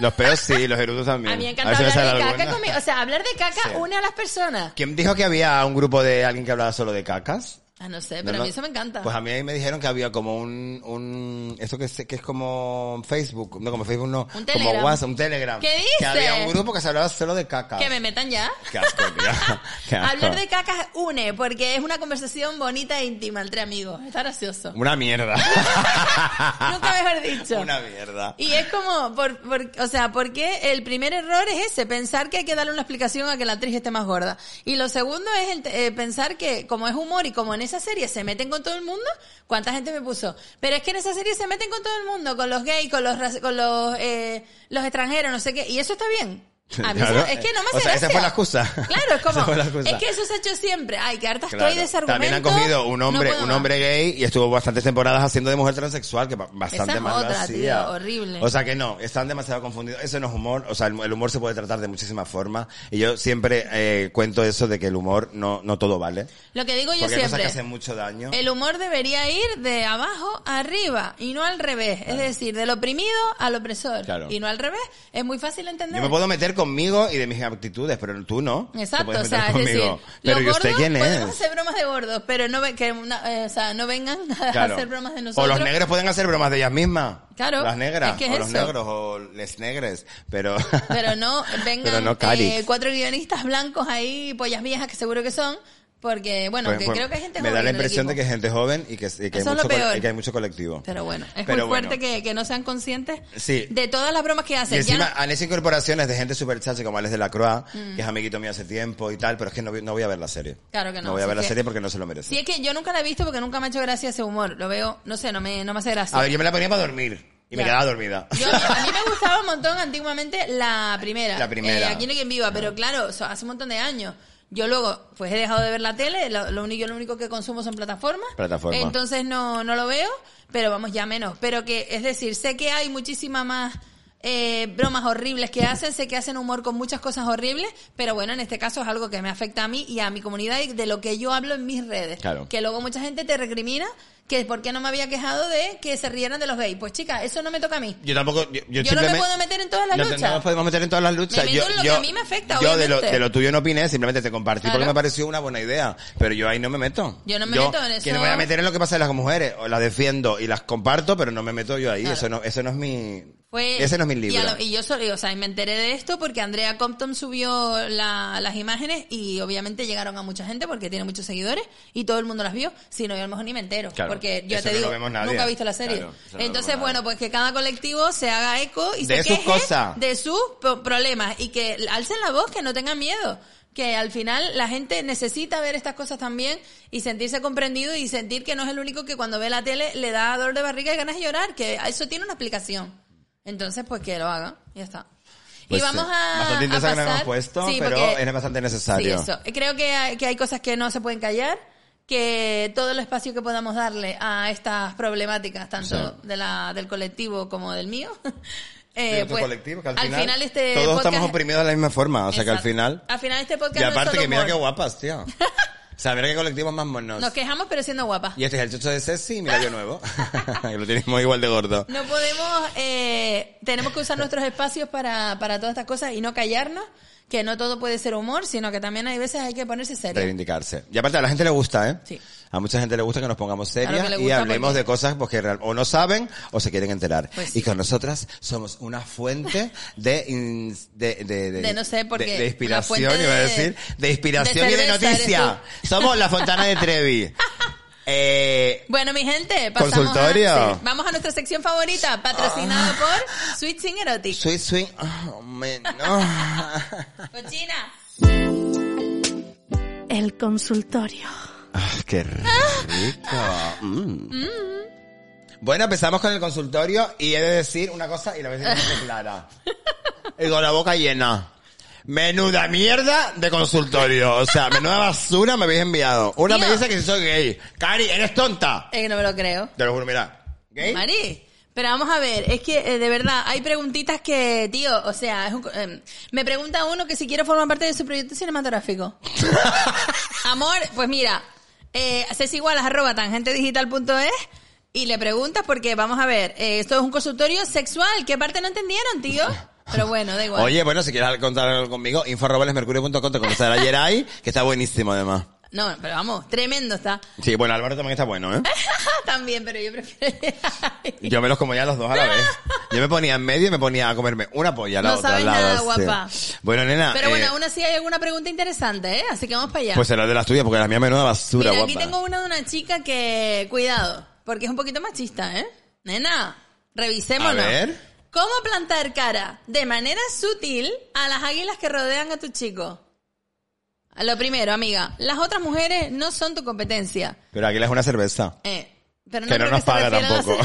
S1: Los peos sí, los erudos también.
S2: A mí me
S1: ver
S2: encanta
S1: si me
S2: hablar
S1: sale
S2: de
S1: alguna.
S2: caca conmigo, o sea, hablar de caca
S1: Sí.
S2: une a las personas.
S1: ¿Quién dijo que había un grupo de alguien que hablaba solo de cacas?
S2: Ah, no sé, pero
S1: No,
S2: a mí
S1: no.
S2: eso me encanta.
S1: Pues a mí ahí me dijeron que había como un, un esto que es, que es como Facebook, no como Facebook no,
S2: Un
S1: como
S2: Telegram.
S1: WhatsApp, un Telegram.
S2: ¿Qué
S1: Que
S2: dices?
S1: había un grupo que se hablaba solo de cacas.
S2: que me metan ya.
S1: Qué asco, tía. Qué asco.
S2: Hablar de cacas une, porque es una conversación bonita e íntima entre amigos. Está gracioso.
S1: una mierda.
S2: Nunca mejor dicho.
S1: una mierda.
S2: Y es como, por, por- o sea, porque el primer error es ese, pensar que hay que darle una explicación a que la actriz esté más gorda. Y lo segundo es el te- eh, pensar que, como es humor y como en esa serie se meten con todo el mundo, ¿cuánta gente me puso? Pero es que en esa serie se meten con todo el mundo, con los gays, con los, raci- con los, eh, los extranjeros, no sé qué. Y eso está bien. A mí
S1: Claro.
S2: eso- es que no me hace
S1: O sea, esa
S2: gracia.
S1: fue la excusa.
S2: Claro, es
S1: Esa fue la
S2: como,
S1: excusa.
S2: es que eso se ha hecho siempre. Ay, que harta
S1: Claro.
S2: estoy de ese argumento.
S1: También han cogido un
S2: no
S1: hombre,
S2: puedo
S1: un
S2: más.
S1: hombre gay y estuvo bastantes temporadas haciendo de mujer transexual, que ba- bastante
S2: Esa es
S1: mal lo
S2: otra,
S1: hacía.
S2: tío, horrible.
S1: O sea que no, están demasiado confundidos. Eso no es humor, o sea, el, el humor se puede tratar de muchísimas formas. Y yo siempre eh, cuento eso de que el humor no, no todo vale.
S2: Lo que digo yo
S1: Porque hay cosas
S2: siempre.
S1: que hacen mucho daño.
S2: El humor debería ir de abajo a arriba y no al revés. Es decir, del oprimido al opresor.
S1: Claro.
S2: Y no al revés. Es muy fácil entender.
S1: Yo me puedo meter conmigo y de mis aptitudes, pero tú no. Te
S2: Exacto,
S1: puedes
S2: o sea,
S1: meter
S2: es decir,
S1: conmigo. pero
S2: los
S1: ¿y usted
S2: gordos
S1: quién
S2: podemos
S1: es?
S2: hacer bromas de gordos, pero no, ve- que una- eh, o sea, no vengan a
S1: Claro.
S2: hacer bromas de
S1: O
S2: nosotros.
S1: los negros pueden hacer bromas de ellas mismas.
S2: Claro,
S1: Las negras.
S2: es que es
S1: o los
S2: eso.
S1: negros o les negres. Pero,
S2: Pero no vengan
S1: Pero no, Cari.
S2: eh, cuatro guionistas blancos ahí, pollas viejas, que seguro que son, porque, bueno,
S1: Pues,
S2: que
S1: pues,
S2: creo que hay gente
S1: Me da
S2: joven
S1: la
S2: en el
S1: impresión de que
S2: equipo.
S1: hay gente joven y que, y que hay,
S2: Eso es
S1: mucho
S2: lo
S1: col-
S2: peor.
S1: y que hay mucho colectivo.
S2: Pero bueno, es
S1: Pero
S2: muy fuerte
S1: bueno.
S2: que, que no sean conscientes
S1: Sí.
S2: de todas las bromas que
S1: Y
S2: hacen. Ya
S1: encima
S2: no- Mm.
S1: han hecho incorporaciones de gente súper chachi como Alex de la Croix, que es amiguito mío hace tiempo y tal, pero es que no, vi- no voy a ver la serie.
S2: Claro que no,
S1: No voy a
S2: si
S1: ver la
S2: es que-
S1: serie porque no se lo merece.
S2: Sí, es que yo nunca la he visto porque nunca me ha hecho gracia ese humor. Lo veo, no sé, no me, no me hace gracia.
S1: A ver, yo me la ponía para dormir y me
S2: Ya.
S1: quedaba dormida.
S2: Yo- a mí me gustaba un montón antiguamente la primera.
S1: La primera. Ah.
S2: Eh, aquí no hay quien viva, pero claro, so- hace un montón de años. Yo luego, pues he dejado de ver la tele, lo, lo único, yo lo único que consumo son plataformas.
S1: Plataformas.
S2: Entonces no, no lo veo, pero vamos, ya menos. Pero que, es decir, sé que hay muchísimas más eh, bromas horribles que hacen, sé que hacen humor con muchas cosas horribles, pero bueno, en este caso es algo que me afecta a mí y a mi comunidad y de lo que yo hablo en mis redes.
S1: Claro.
S2: Que luego mucha gente te recrimina que por qué no me había quejado de que se rieran de los gays. Pues chica, eso no me toca a mí.
S1: Yo tampoco. Yo, yo
S2: Yo no me
S1: simplemente-
S2: puedo meter en todas las
S1: no te-
S2: luchas.
S1: No nos podemos meter en todas las luchas.
S2: Me
S1: yo,
S2: meto en lo
S1: yo-
S2: que a mí me afecta,
S1: Yo de lo,
S2: obviamente.
S1: de lo tuyo no opiné, simplemente te compartí
S2: Claro.
S1: porque me pareció una buena idea. Pero yo ahí no me meto.
S2: Yo no me meto en
S1: Que
S2: eso.
S1: no me voy a meter en lo que pasa de las mujeres. O las defiendo y las comparto, pero no me meto yo ahí. Eso, no, eso no es mi.
S2: Fue,
S1: ese no es mi
S2: Y,
S1: libro.
S2: a lo- y yo so- y, o sea, y me enteré de esto porque Andrea Compton subió la- las imágenes y obviamente llegaron a mucha gente porque tiene muchos seguidores y todo el mundo las vio. Si no, yo a lo mejor ni me entero.
S1: Claro,
S2: porque yo
S1: eso
S2: te
S1: no
S2: digo,
S1: lo vemos nadie.
S2: nunca he visto la serie.
S1: Claro, eso no lo
S2: Entonces,
S1: vemos
S2: bueno,
S1: nadie.
S2: pues que cada colectivo se haga eco y
S1: Ah. De
S2: se
S1: sus
S2: queje
S1: cosas.
S2: de sus pro- problemas y que alcen la voz, que no tengan miedo. que al final la gente necesita ver estas cosas también y sentirse comprendido y sentir que no es el único que cuando ve la tele le da dolor de barriga y ganas de llorar, que eso tiene una aplicación. Entonces, pues que lo hagan, ya está.
S1: Pues
S2: y vamos
S1: sí.
S2: a.
S1: Bastante interesante
S2: a
S1: que nos
S2: pasar-
S1: hemos puesto,
S2: Sí,
S1: pero
S2: porque-
S1: es bastante necesario.
S2: Sí, eso. Eh, Creo que hay, que hay cosas que no se pueden callar, que todo el espacio que podamos darle a estas problemáticas, tanto
S1: Sí.
S2: de la, del colectivo como del mío. eh,
S1: De otro
S2: pues,
S1: colectivo, que al,
S2: final,
S1: final,
S2: este
S1: todos
S2: podcast-
S1: estamos oprimidos de la misma forma, o sea que al
S2: Exacto.
S1: final...
S2: Al final este podcast
S1: Y
S2: no es
S1: aparte
S2: solo
S1: que mira qué
S2: humor.
S1: guapas, tío. Saber qué colectivos más monos.
S2: Nos quejamos pero siendo guapas.
S1: Y este es el chocho de Ceci, mira yo nuevo. Que lo tienes muy igual de gordo.
S2: No podemos, eh, tenemos que usar nuestros espacios para, para todas estas cosas y no callarnos, que no todo puede ser humor, sino que también hay veces hay que ponerse serio.
S1: Reivindicarse. Y aparte a la gente le gusta, ¿eh?
S2: Sí.
S1: A mucha gente le gusta que nos pongamos serias
S2: que le
S1: y
S2: gusta
S1: hablemos
S2: porque-
S1: de cosas pues, que real- o no saben o se quieren enterar.
S2: Pues
S1: Y con nosotras somos una fuente de... in- de, de,
S2: De no sé por
S1: de-
S2: qué.
S1: De,
S2: Una
S1: inspiración,
S2: fuente
S1: iba a
S2: de-
S1: decir. De inspiración
S2: de
S1: y de
S2: cerveza eres
S1: noticia. Somos la Fontana de Trevi. Eh,
S2: Bueno, mi gente, pasamos
S1: Consultorio. Ah.
S2: A, sí. vamos a nuestra sección favorita, patrocinado por Sweet Sing Erotic.
S1: Sweet Swing... Oh, man, no.
S2: Cochina.
S3: El consultorio.
S1: Ah, ¡Qué rico! Mm. Bueno, empezamos con el consultorio y he de decir una cosa y la voy a decir muy clara. Y con la boca llena. Menuda mierda de consultorio. O sea, menuda basura me habéis enviado. Una me
S2: Tío.
S1: dice que si soy gay. Cari, eres tonta.
S2: Eh, no me lo creo.
S1: Te lo juro, mira. ¿Gay?
S2: Mari. Pero vamos a ver, es que eh, de verdad hay preguntitas que, tío, o sea, es un co- em, me pregunta uno que si quiero formar parte de su proyecto cinematográfico. Amor, pues mira, eh, haces igual arroba tangentedigital.es y le preguntas porque, vamos a ver, eh, esto es un consultorio sexual, ¿qué parte no entendieron, tío? Pero bueno, da igual.
S1: Oye, bueno, si quieres contar algo conmigo, info.lesmercurio.com te conocerá Yeray, que está buenísimo además.
S2: No, pero vamos, tremendo está. Ah,
S1: Sí, bueno, Álvaro también está bueno, ¿eh?
S2: También, pero yo prefiero.
S1: Yo me los comía los dos a la vez. Yo me ponía en medio y me ponía a comerme una polla, la
S2: No
S1: otra
S2: sabes
S1: al lado.
S2: nada,
S1: sí.
S2: guapa.
S1: Bueno, nena.
S2: Pero bueno,
S1: eh,
S2: aún así hay alguna pregunta interesante, ¿eh? Así que vamos para allá.
S1: Pues será de las tuyas, porque la mía menuda basura,
S2: Mira,
S1: guapa.
S2: aquí tengo una de una chica que. Cuidado, porque es un poquito machista, ¿eh? Nena, revisémonos.
S1: A ver.
S2: ¿Cómo plantar cara de manera sutil a las águilas que rodean a tu chico? Lo primero, amiga, las otras mujeres no son tu competencia.
S1: Pero aquí es una cerveza.
S2: Eh, pero no
S1: que no
S2: creo
S1: nos
S2: se
S1: paga
S2: refiera a la
S1: tampoco.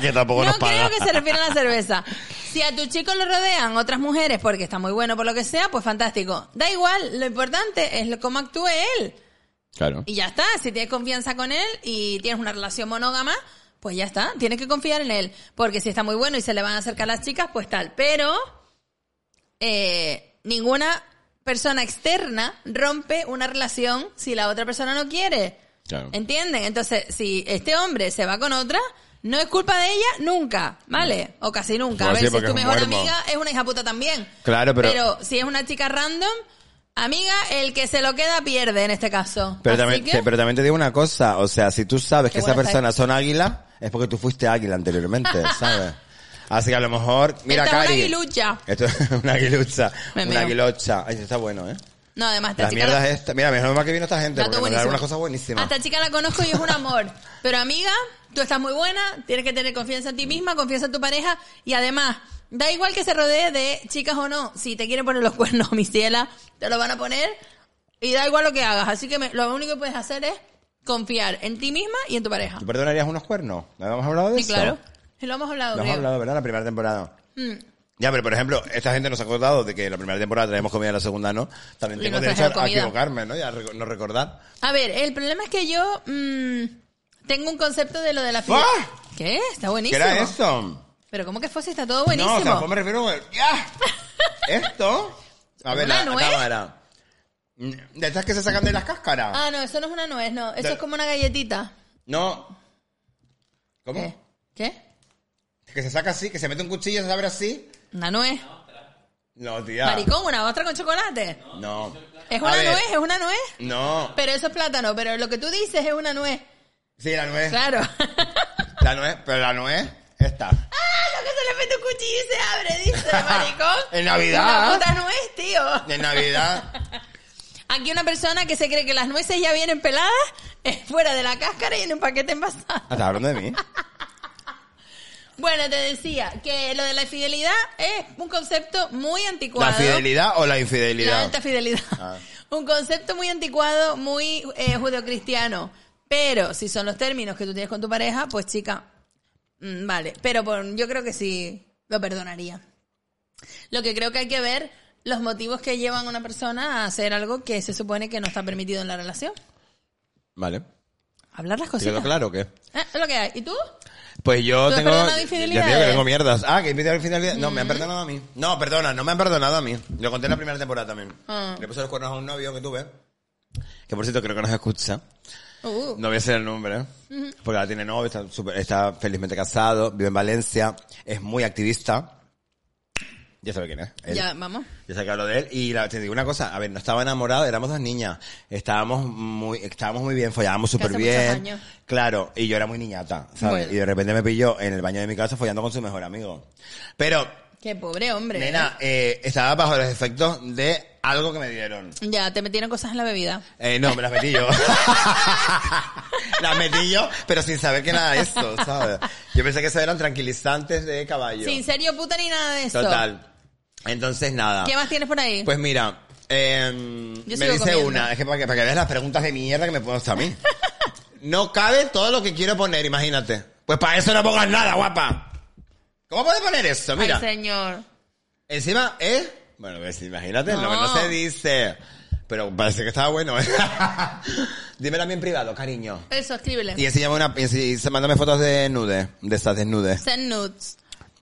S1: que tampoco
S2: no
S1: nos paga.
S2: creo que se refiere a la cerveza. Si a tu chico lo rodean otras mujeres porque está muy bueno por lo que sea, pues fantástico. Da igual, lo importante es lo- cómo actúe él.
S1: Claro.
S2: Y ya está, si tienes confianza con él y tienes una relación monógama, pues ya está, tienes que confiar en él. Porque si está muy bueno y se le van a acercar las chicas, pues tal. Pero eh, ninguna persona externa rompe una relación si la otra persona no quiere.
S1: Claro.
S2: ¿Entienden? Entonces, si este hombre se va con otra, no es culpa de ella nunca, ¿vale? O casi nunca.
S1: Pues
S2: a
S1: sí,
S2: ver, si es
S1: porque
S2: tu
S1: es un
S2: mejor
S1: muermo.
S2: amiga, es una hija puta también.
S1: Claro, pero-
S2: Pero si es una chica random, amiga, el que se lo queda pierde en este caso.
S1: Pero
S2: Así
S1: también,
S2: que-
S1: te, pero también te digo una cosa, o sea, si tú sabes que
S2: Qué
S1: esas
S2: bueno está
S1: personas son águila, es porque tú fuiste águila anteriormente, ¿sabes? Así que a lo mejor, mira,
S2: Esta es una
S1: Cari.
S2: aguilucha.
S1: Esto es una aguilucha.
S2: Me
S1: una
S2: meo.
S1: aguilocha. Ay, está bueno, ¿eh?
S2: No, además, esta
S1: Las
S2: chica...
S1: mierdas
S2: la-
S1: estas. Mira, menos mal que vino esta gente, porque
S2: dato
S1: nos
S2: buenísimo.
S1: da unas cosas buenísimas.
S2: A esta chica la conozco y es un amor. Pero amiga, tú estás muy buena, tienes que tener confianza en ti misma, confianza en tu pareja y además, da igual que se rodee de chicas o no, si te quieren poner los cuernos, mi ciela, te lo van a poner y da igual lo que hagas. Así que me- lo único que puedes hacer es confiar en ti misma y en tu pareja.
S1: ¿Tú perdonarías unos cuernos? ¿No habíamos hablado de
S2: Sí,
S1: eso?
S2: claro. Mm. Y lo hemos hablado,
S1: Lo hemos
S2: creo.
S1: hablado, ¿verdad? La primera temporada. Ya, pero por ejemplo, esta gente nos ha acordado de que la primera temporada traemos comida y la segunda no. También
S2: Y
S1: tengo
S2: nos
S1: derecho a,
S2: trajeron
S1: a
S2: comida.
S1: equivocarme, ¿no? Y a reco- no recordar.
S2: A ver, el problema es que yo mm, tengo un concepto de lo de la fibra.
S1: ¡Ah!
S2: ¿Qué? Está
S1: ¿Qué
S2: buenísimo.
S1: era esto?
S2: Pero ¿cómo que Fossi está todo buenísimo?
S1: No, o sea, pues me refiero a... ¡Ya! ¿Esto? A ver, la,
S2: ¿Una
S1: la
S2: nuez?
S1: cámara. Mm, ¿De estas que se sacan de las cáscaras?
S2: Ah, no, eso no es una nuez, no. Eso
S1: Del-
S2: es como una galletita.
S1: No. ¿Cómo?
S2: ¿Qué? ¿Qué?
S1: Que se saca así, que se mete un cuchillo, se abre así.
S2: ¿Una nuez?
S1: No, tía.
S2: ¿Maricón? ¿Una ostra con chocolate?
S1: No.
S2: ¿Es
S1: A
S2: una
S1: ver,
S2: nuez? ¿Es una nuez?
S1: No.
S2: Pero eso es plátano, pero lo que tú dices es una nuez.
S1: Sí, la nuez.
S2: Claro.
S1: La nuez, pero la nuez, esta.
S2: Lo que se le mete un cuchillo y se abre, dice, maricón.
S1: En Navidad.
S2: Una puta nuez, tío.
S1: De Navidad.
S2: Aquí una persona que se cree que las nueces ya vienen peladas, eh, fuera de la cáscara y en un paquete envasado.
S1: ¿Estás hablando Ah, de mí?
S2: Bueno, te decía que lo de la fidelidad es un concepto muy
S1: ¿La
S2: anticuado.
S1: fidelidad o la
S2: La
S1: infidelidad?
S2: alta fidelidad.
S1: Ah.
S2: un concepto muy anticuado, muy eh, judeocristiano. Pero si son los términos que tú tienes con tu pareja, pues chica, mm, vale. Pero por- yo creo que sí lo perdonaría. Lo que creo que hay que ver los motivos que llevan a una persona a hacer algo que se supone que no está permitido en la relación.
S1: Vale.
S2: Hablar las
S1: ¿Te quedó
S2: cosas.
S1: claro o qué?
S2: Ah, es lo que hay. ¿Y tú?
S1: Pues yo
S2: ¿Tú has
S1: tengo.
S2: perdonado
S1: ya te digo que
S2: infidelidades? Mm.
S1: tengo mierdas. Ah, que infidelidad. No, me han perdonado a mí. No, perdona, no me han perdonado a mí. Lo conté en la primera temporada también.
S2: Ah.
S1: Le puse los cuernos a un novio que tuve. Que por cierto creo que nos escucha.
S2: Uh.
S1: No voy a decir el nombre. ¿eh? Porque ahora tiene novio, está, súper- está felizmente casado, vive en Valencia, es muy activista. Ya sabe quién es. él.
S2: Ya, vamos.
S1: Ya sé que hablo de él. Y la- te digo una cosa, a ver, no estaba enamorado, éramos dos niñas. Estábamos muy, estábamos muy bien, follábamos súper
S2: hace
S1: bien.
S2: muchos años.
S1: Claro, y yo era muy niñata, ¿sabes?
S2: Bueno.
S1: Y de repente me pilló en el baño de mi casa follando con su mejor amigo. Pero,
S2: Qué pobre hombre.
S1: nena, eh, estaba bajo los efectos de algo que me dieron.
S2: Ya, te metieron cosas en la bebida.
S1: Eh, no, me las metí yo. las metí yo, pero sin saber que nada de esto, ¿sabes? Yo pensé que eso eran tranquilizantes de caballo.
S2: Sin serio puta ni nada de eso.
S1: Total. Entonces, nada.
S2: ¿Qué más tienes por ahí?
S1: Pues mira, em,
S2: Yo
S1: me
S2: sigo
S1: dice
S2: comiendo.
S1: una, es que para, que para que veas las preguntas de mierda que me pones a mí. No cabe todo lo que quiero poner, imagínate. Pues para eso no pongas nada, guapa. ¿Cómo puedes poner eso? Mira,
S2: Ay, señor.
S1: encima, ¿eh? Bueno, pues imagínate, no.
S2: No.
S1: no se dice. Pero parece que estaba bueno. ¿eh? Dímelo a mí en privado, cariño.
S2: Eso, escríbele.
S1: Y enséñame una, y ense- y se- mándame fotos de nudes, de esas desnudes.
S2: Send nudes.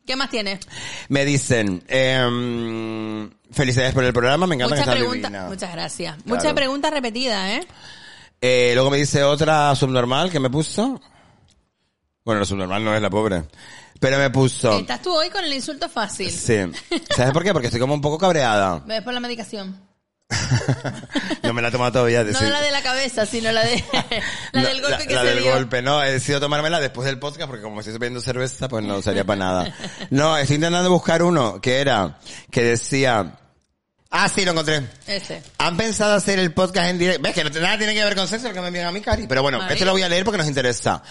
S2: ¿Qué más tienes?
S1: Me dicen, em, felicidades por el programa, me encanta
S2: Muchas
S1: que estás
S2: preguntas.
S1: divina.
S2: Muchas gracias. Muchas preguntas repetidas, ¿eh?
S1: Eh, luego me dice otra subnormal que me puso. Bueno, la subnormal no es la pobre. Pero me puso.
S2: Estás tú hoy con el insulto fácil.
S1: Sí. ¿Sabes por qué? Porque estoy como un poco cabreada.
S2: Ves por la medicación.
S1: No me la he tomado todavía.
S2: No
S1: sí.
S2: la de la cabeza, sino la de la
S1: No,
S2: del golpe que
S1: la
S2: se
S1: del
S2: dio.
S1: golpe, no. He decidido tomármela después del podcast porque como estoy bebiendo cerveza, pues no sería para nada. No, estoy intentando buscar uno que era, que decía... Ah, sí, lo encontré.
S2: Ese.
S1: ¿Han pensado hacer el podcast en directo? ¿Ves que no, nada tiene que ver con sexo lo que me envían a mí, Cari? Pero bueno,
S2: Maravilla.
S1: esto lo voy a leer porque nos interesa.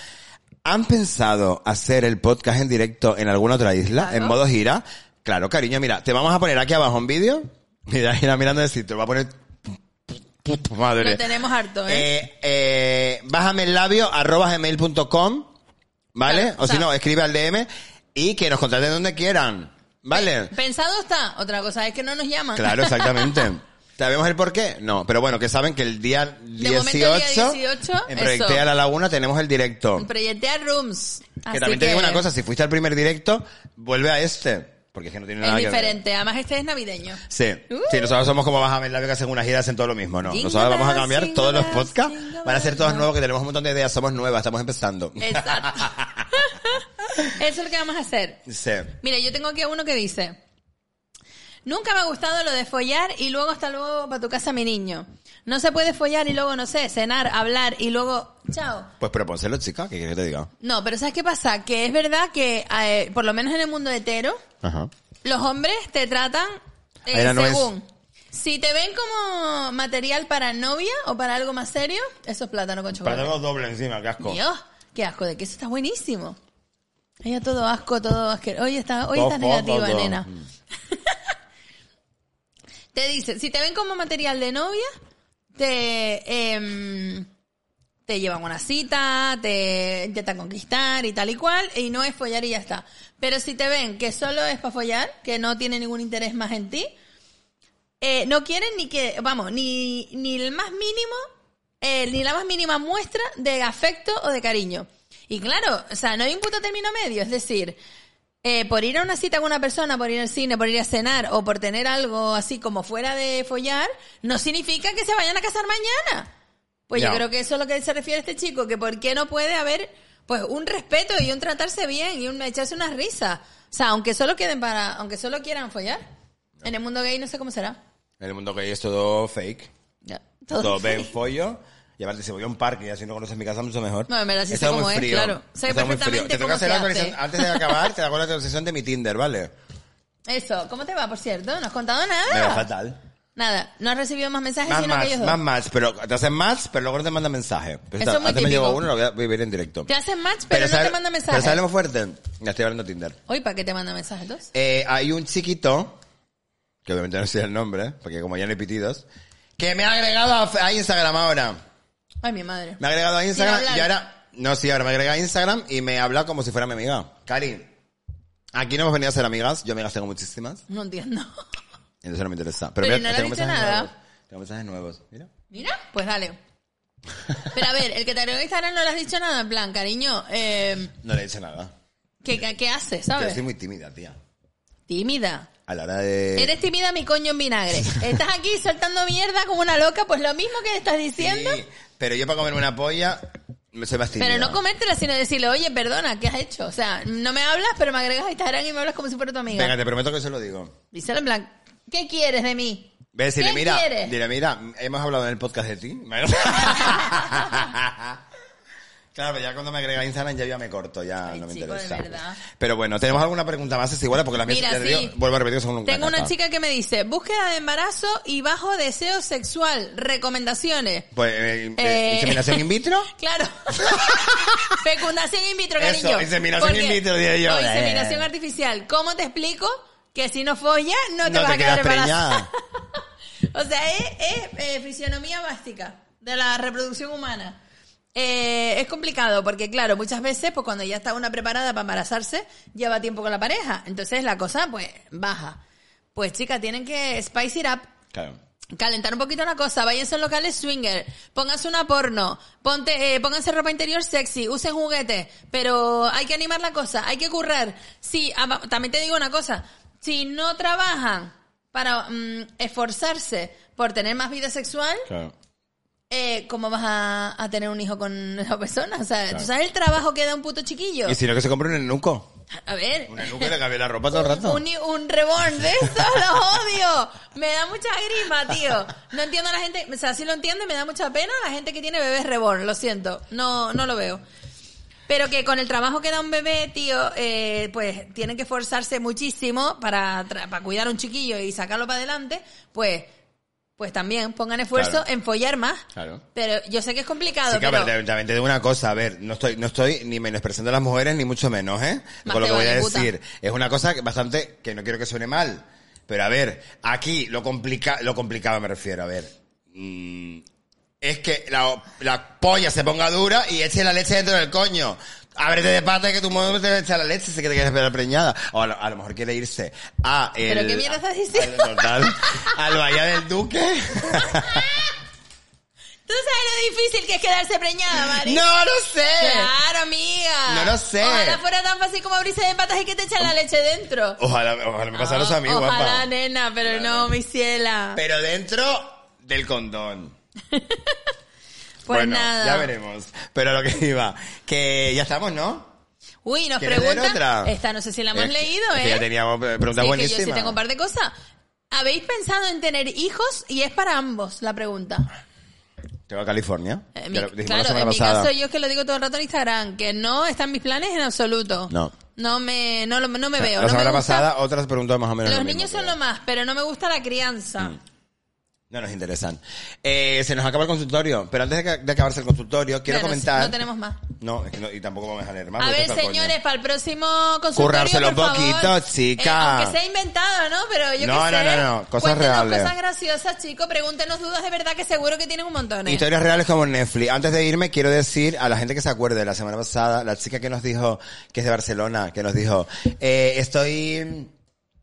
S1: ¿Han pensado hacer el podcast en directo en alguna otra isla, en modo gira? Claro, cariño, mira, te vamos a poner aquí abajo un vídeo. Mira, gira mirando el sitio, va a poner... Madre.
S2: Lo tenemos harto, ¿eh?
S1: Eh, eh, bájame el labio, arroba gmail.com, ¿vale?
S2: Claro,
S1: O si
S2: está.
S1: no, escribe al DM y que nos contraten donde quieran,
S2: Eh,
S1: ¿vale?
S2: Pensado está. Otra cosa es que no nos llaman.
S1: Claro, exactamente. ¿Sabemos el por qué? No, pero bueno, que saben que el día 18,
S2: momento, el día 18,
S1: en Proyecté
S2: eso.
S1: a la Laguna tenemos el directo.
S2: Proyectear rooms.
S1: que también te digo una cosa, si fuiste al primer directo, vuelve a este, porque es que no tiene
S2: Es
S1: nada
S2: diferente. Además, este es navideño.
S1: que ver. Sí,
S2: Uh.
S1: sí, nosotros somos como Bajame el Labio que hacen una gira, hacen todo lo mismo, ¿no?
S2: Jingle
S1: Nosotros vamos a
S2: bells,
S1: cambiar
S2: jingle
S1: todos los
S2: bells,
S1: podcasts,
S2: jingle
S1: van a ser todos
S2: bells. Eh.
S1: nuevos, que tenemos un montón de ideas, somos nuevas, estamos empezando.
S2: Exacto. Eso es lo que vamos a hacer.
S1: Sí.
S2: Mira, yo tengo aquí uno que dice, nunca me ha gustado lo de follar y luego hasta luego para tu casa mi niño. No se puede follar y luego, no sé, cenar, hablar y luego, chao.
S1: Pues propónselo, chica, ¿qué quieres que te diga?
S2: No, pero ¿sabes qué pasa? Que es verdad que, eh, por lo menos en el mundo hetero,
S1: Ajá.
S2: los hombres te tratan eh,
S1: Ahora no es-
S2: según. Si te ven como material para novia o para algo más serio, eso es plátano con chocolate.
S1: Para doble encima, qué asco.
S2: Dios, qué asco de queso, está buenísimo. Ella todo asco, todo asqueroso. Hoy está, hoy
S1: Todo
S2: está
S1: foco,
S2: negativa,
S1: todo. Mm.
S2: nena. te dice, si te ven como material de novia, te em, te llevan a una cita, te intentan conquistar y tal y cual, y no es follar y ya está. Pero si te ven que solo es para follar, que no tiene ningún interés más en ti, eh, no quieren ni que, vamos, ni, ni el más mínimo, eh, ni la más mínima muestra de afecto o de cariño. Y claro, o sea, no hay un puto término medio, es decir, eh, por ir a una cita con una persona, por ir al cine, por ir a cenar o por tener algo así como fuera de follar, no significa que se vayan a casar mañana. Pues
S1: Ya.
S2: yo creo que eso es lo que se refiere este chico, que por qué no puede haber pues un respeto y un tratarse bien y un echarse unas risas. O sea, aunque solo queden para, aunque solo quieran follar. En el mundo gay no sé cómo será.
S1: En el mundo que hay es todo fake.
S2: Ya, todo-
S1: Todo, ven follo. Y aparte, si voy a un parque y así no conoces mi casa, mucho mejor.
S2: No, en verdad sí
S1: Está
S2: sé
S1: muy
S2: cómo es,
S1: frío.
S2: claro. Sé
S1: Está muy
S2: perfectamente
S1: frío. Te
S2: cómo
S1: toca hacer
S2: se
S1: la
S2: hace.
S1: actualización. Antes de acabar, te hago la actualización de mi Tinder, ¿vale?
S2: Eso, ¿cómo te va, por cierto? ¿No has contado
S1: Me va
S2: nada?
S1: fatal.
S2: Nada, Ah. no has recibido más mensajes
S1: Más
S2: sino que
S1: match,
S2: ellos
S1: más
S2: dos.
S1: match. Pero te hacen match, pero luego no te mandan mensaje. Pero
S2: Eso
S1: está-
S2: es muy
S1: antes me llegó
S2: típico.
S1: uno, lo voy a vivir en directo.
S2: Te hacen match, pero, no
S1: sabe-
S2: te mandan
S1: Pero sabes lo
S2: mensajes.
S1: más fuerte. Ya estoy hablando de Tinder.
S2: Hoy, ¿para qué te mandan mensajes entonces?
S1: Eh, hay un chiquito, que obviamente no sé el nombre, porque como ya no hay pitidos, Que me ha agregado a, a Instagram ahora.
S2: Ay, mi madre.
S1: Me ha agregado a Instagram
S2: hablar.
S1: y ahora... No, sí, ahora me agrega a Instagram y me habla como si fuera mi amiga. Cari, aquí no hemos venido a ser amigas. Yo amigas tengo muchísimas.
S2: No entiendo.
S1: Entonces no me interesa.
S2: Pero
S1: mira,
S2: y no le
S1: tengo
S2: has dicho
S1: mensajes
S2: nada.
S1: nuevos. Tengo mensajes nuevos. Mira.
S2: Mira, pues dale. Pero a ver, el que te agregó a Instagram no le has dicho nada, en plan, cariño, eh,
S1: No le he dicho nada.
S2: ¿qué, qué, qué haces,
S1: Yo
S2: sabes?
S1: soy muy tímida, tía.
S2: Tímida.
S1: A la hora de...
S2: Eres tímida, mi coño en vinagre. Estás aquí soltando mierda como una loca, pues lo mismo que le estás diciendo.
S1: Sí, pero yo para comerme una polla me soy más tímida.
S2: Pero no comértela, sino decirle, oye, perdona, ¿qué has hecho? O sea, no me hablas, pero me agregas a Instagram y me hablas como si fuera tu amiga.
S1: Venga, te prometo que se lo digo.
S2: Díselo en plan, ¿qué quieres de mí?
S1: Ve a decirle,
S2: ¿Qué
S1: mira,
S2: quieres?
S1: dile, mira, hemos hablado en el podcast de ti. Claro, pero ya cuando me agrega Instagram ya, ya me corto, ya no me
S2: chico, de
S1: interesa.
S2: verdad.
S1: Pero bueno, ¿tenemos alguna pregunta más? Es igual, porque la mía,
S2: Mira,
S1: ya te digo,
S2: sí.
S1: vuelvo a repetir, son un
S2: Tengo una
S1: caca.
S2: chica que me dice, búsqueda de embarazo y bajo deseo sexual, recomendaciones.
S1: Pues, eh, eh,
S2: Eh,
S1: ¿inseminación in vitro?
S2: Claro. Fecundación in vitro,
S1: Eso,
S2: cariño.
S1: inseminación
S2: Porque-
S1: in vitro, diría yo.
S2: o inseminación
S1: Eh.
S2: artificial. ¿Cómo te explico que si no follas no te vas a quedar embarazada?
S1: preñada.
S2: O sea, es, es, eh, fisionomía básica de la reproducción humana. Eh, es complicado porque, claro, muchas veces, pues cuando ya está una preparada para embarazarse, lleva tiempo con la pareja. Entonces la cosa, pues, baja. Pues chicas, tienen que spice it up
S1: Claro.
S2: calentar un poquito la cosa, váyanse a locales swinger, pónganse una porno, ponte, eh, pónganse ropa interior sexy, usen juguetes, pero hay que animar la cosa, hay que currar. Sí, ama- también te digo una cosa, si no trabajan para mm, esforzarse por tener más vida sexual,
S1: Claro.
S2: eh, ¿cómo vas a, a tener un hijo con esa persona? O sea,
S1: Claro.
S2: ¿tú sabes el trabajo que da un puto chiquillo?
S1: Y si no, que se compre un enuco.
S2: A ver,
S1: Un enuco y le cambie la ropa todo el rato.
S2: un, un reborn de eso, lo odio. Me da mucha grima, tío. No entiendo a la gente, o sea, sí lo entiendo y me da mucha pena la gente que tiene bebés reborn, lo siento. No, no lo veo. Pero que con el trabajo que da un bebé, tío, eh, pues tienen que esforzarse muchísimo para, tra- para cuidar a un chiquillo y sacarlo para adelante, pues pues también pongan esfuerzo
S1: Claro.
S2: en follar más.
S1: Claro.
S2: Pero yo sé que es complicado,
S1: Sí, claro,
S2: pero...
S1: pero también te digo una cosa, a ver, no estoy, no estoy ni menospreciando a las mujeres, ni mucho menos, ¿eh?
S2: Más
S1: Con lo
S2: te
S1: que voy a
S2: vale, puta.
S1: decir. Es una cosa que bastante, que no quiero que suene mal. Pero a ver, aquí lo complica, lo complicado me refiero, a ver. Mm, es que la, la polla se ponga dura y eche la leche dentro del coño. Ábrete de pata que tu mujer te echa la leche, sé que te quieres esperar preñada. O a lo, a lo mejor quiere irse a el...
S2: ¿Pero qué mierda estás diciendo?
S1: Al, total, al Bahía del Duque.
S2: ¿Tú sabes lo difícil que es quedarse preñada, Mari?
S1: ¡No lo sé!
S2: Claro, amiga.
S1: No lo sé.
S2: Ojalá fuera tan fácil como abrirse de patas y que te echan la leche dentro. Ah,
S1: Ojalá, ojalá me pasaran eso a mí,
S2: Ojalá,
S1: guapa.
S2: nena, pero no, mi ciela.
S1: Pero dentro del condón.
S2: pues
S1: bueno,
S2: nada.
S1: ya veremos. Pero lo que iba, que ya estamos, ¿no?
S2: Uy, nos
S1: ¿Quieres
S2: preguntan.
S1: leer otra?
S2: Esta no sé si la hemos
S1: Es que-
S2: leído,
S1: es
S2: ¿eh?
S1: que ya teníamos eh, preguntas
S2: Sí, es
S1: buenísimas.
S2: Que yo sí tengo un par de cosas. ¿Habéis pensado en tener hijos? Y es para ambos la pregunta.
S1: Tengo a California.
S2: En Eh, mi-
S1: Ya lo dijimos la
S2: claro,
S1: semana
S2: en mi
S1: pasada.
S2: caso yo es que lo digo todo el rato en Instagram, que no están mis planes en absoluto.
S1: No.
S2: No me, no, lo- no me veo.
S1: la
S2: no me
S1: semana
S2: gusta.
S1: pasada otras preguntas más o menos.
S2: Los
S1: lo mismo, Mm.
S2: niños son
S1: creo.
S2: lo más, pero no me gusta la crianza.
S1: No nos interesan. Eh, se nos acaba el consultorio, pero antes de, que- de acabarse el consultorio, quiero
S2: Claro,
S1: comentar.
S2: no tenemos más.
S1: No, es que no- y tampoco vamos a leer más.
S2: A
S1: porque
S2: ver,
S1: esto es al coño.
S2: señores, para el próximo consultorio,
S1: Currárselo
S2: por
S1: un poquito,
S2: favor.
S1: chica.
S2: Eh, aunque sea inventado, ¿no? Pero yo
S1: No,
S2: qué
S1: no,
S2: sé.
S1: no, no, cosas
S2: Cuéntenos
S1: reales.
S2: cosas graciosas, chicos. Pregúntenos dudas de verdad que seguro que tienen un montón. ¿eh?
S1: Historias reales como Netflix. Antes de irme, quiero decir a la gente que se acuerde, la semana pasada, la chica que nos dijo, que es de Barcelona, que nos dijo, eh, estoy...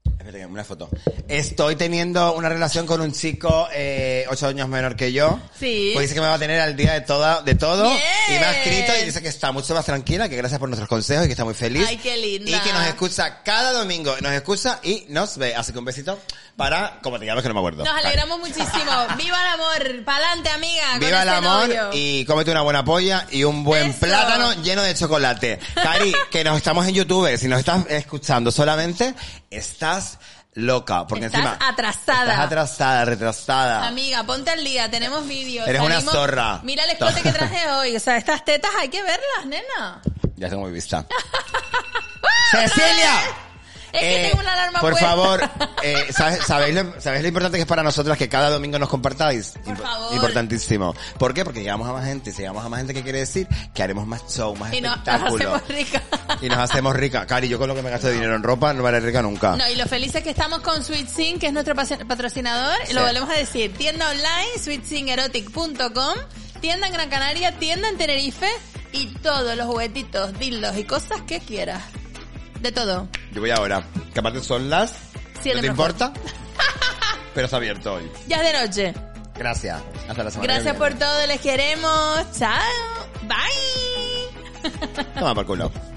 S1: Espérate, que una foto. Estoy teniendo una relación con un chico eh, ocho años menor que yo.
S2: Sí.
S1: Pues dice que me va a tener al día de, toda, de todo.
S2: Bien.
S1: Y me ha escrito y dice que está mucho más tranquila, que gracias por nuestros consejos y que está muy feliz.
S2: Ay, qué linda.
S1: Y que nos escucha cada domingo. Nos escucha y nos ve. Así que un besito para... Como te llamas que no me acuerdo.
S2: Nos alegramos muchísimo. ¡Viva el amor! ¡Pa'lante, amiga! Ah, con
S1: Viva el
S2: ese
S1: amor
S2: novio.
S1: y cómete una buena polla y un buen
S2: Eso.
S1: plátano lleno de chocolate. Cari, que nos estamos en YouTube, si nos estás escuchando solamente, estás loca. Porque
S2: Estás
S1: encima.
S2: atrasada.
S1: Estás atrasada, retrasada.
S2: Amiga, ponte al día, tenemos vídeos.
S1: Eres una
S2: salimos-
S1: zorra.
S2: Mira el escote que traje hoy. O sea, estas tetas hay que verlas, nena.
S1: Ya tengo mi vista. ¡Cecilia!
S2: Es que tengo una alarma
S1: Por
S2: puesta.
S1: favor, eh, ¿sabe- ¿sabéis, lo, sabéis lo importante que es para nosotras que cada domingo nos compartáis?
S2: Por
S1: Imp-
S2: favor.
S1: Importantísimo. ¿Por qué? Porque llegamos a más gente. Si llegamos a más gente, ¿qué quiere decir? Que haremos más show, más
S2: Y nos, nos
S1: espectáculo.
S2: hacemos ricas.
S1: Y nos hacemos ricas. Cari, yo con lo que me gasto de dinero en ropa no me haré rica nunca.
S2: No, y lo felices que estamos con Sweet Sing, que es nuestro paci- patrocinador.
S1: Sí.
S2: Lo volvemos a decir. Tienda online, sweetsingerotic.com. Tienda en Gran Canaria, tienda en Tenerife. Y todos los juguetitos, dildos y cosas que quieras. De todo.
S1: Yo voy ahora. Que aparte son las...
S2: Sí,
S1: ¿No
S2: el
S1: te
S2: mejor.
S1: importa? Pero está abierto hoy.
S2: Ya es de noche.
S1: Gracias. Hasta la semana
S2: Gracias
S1: que
S2: por
S1: viene.
S2: todo. Les queremos. Chao. Bye.
S1: Toma por culo.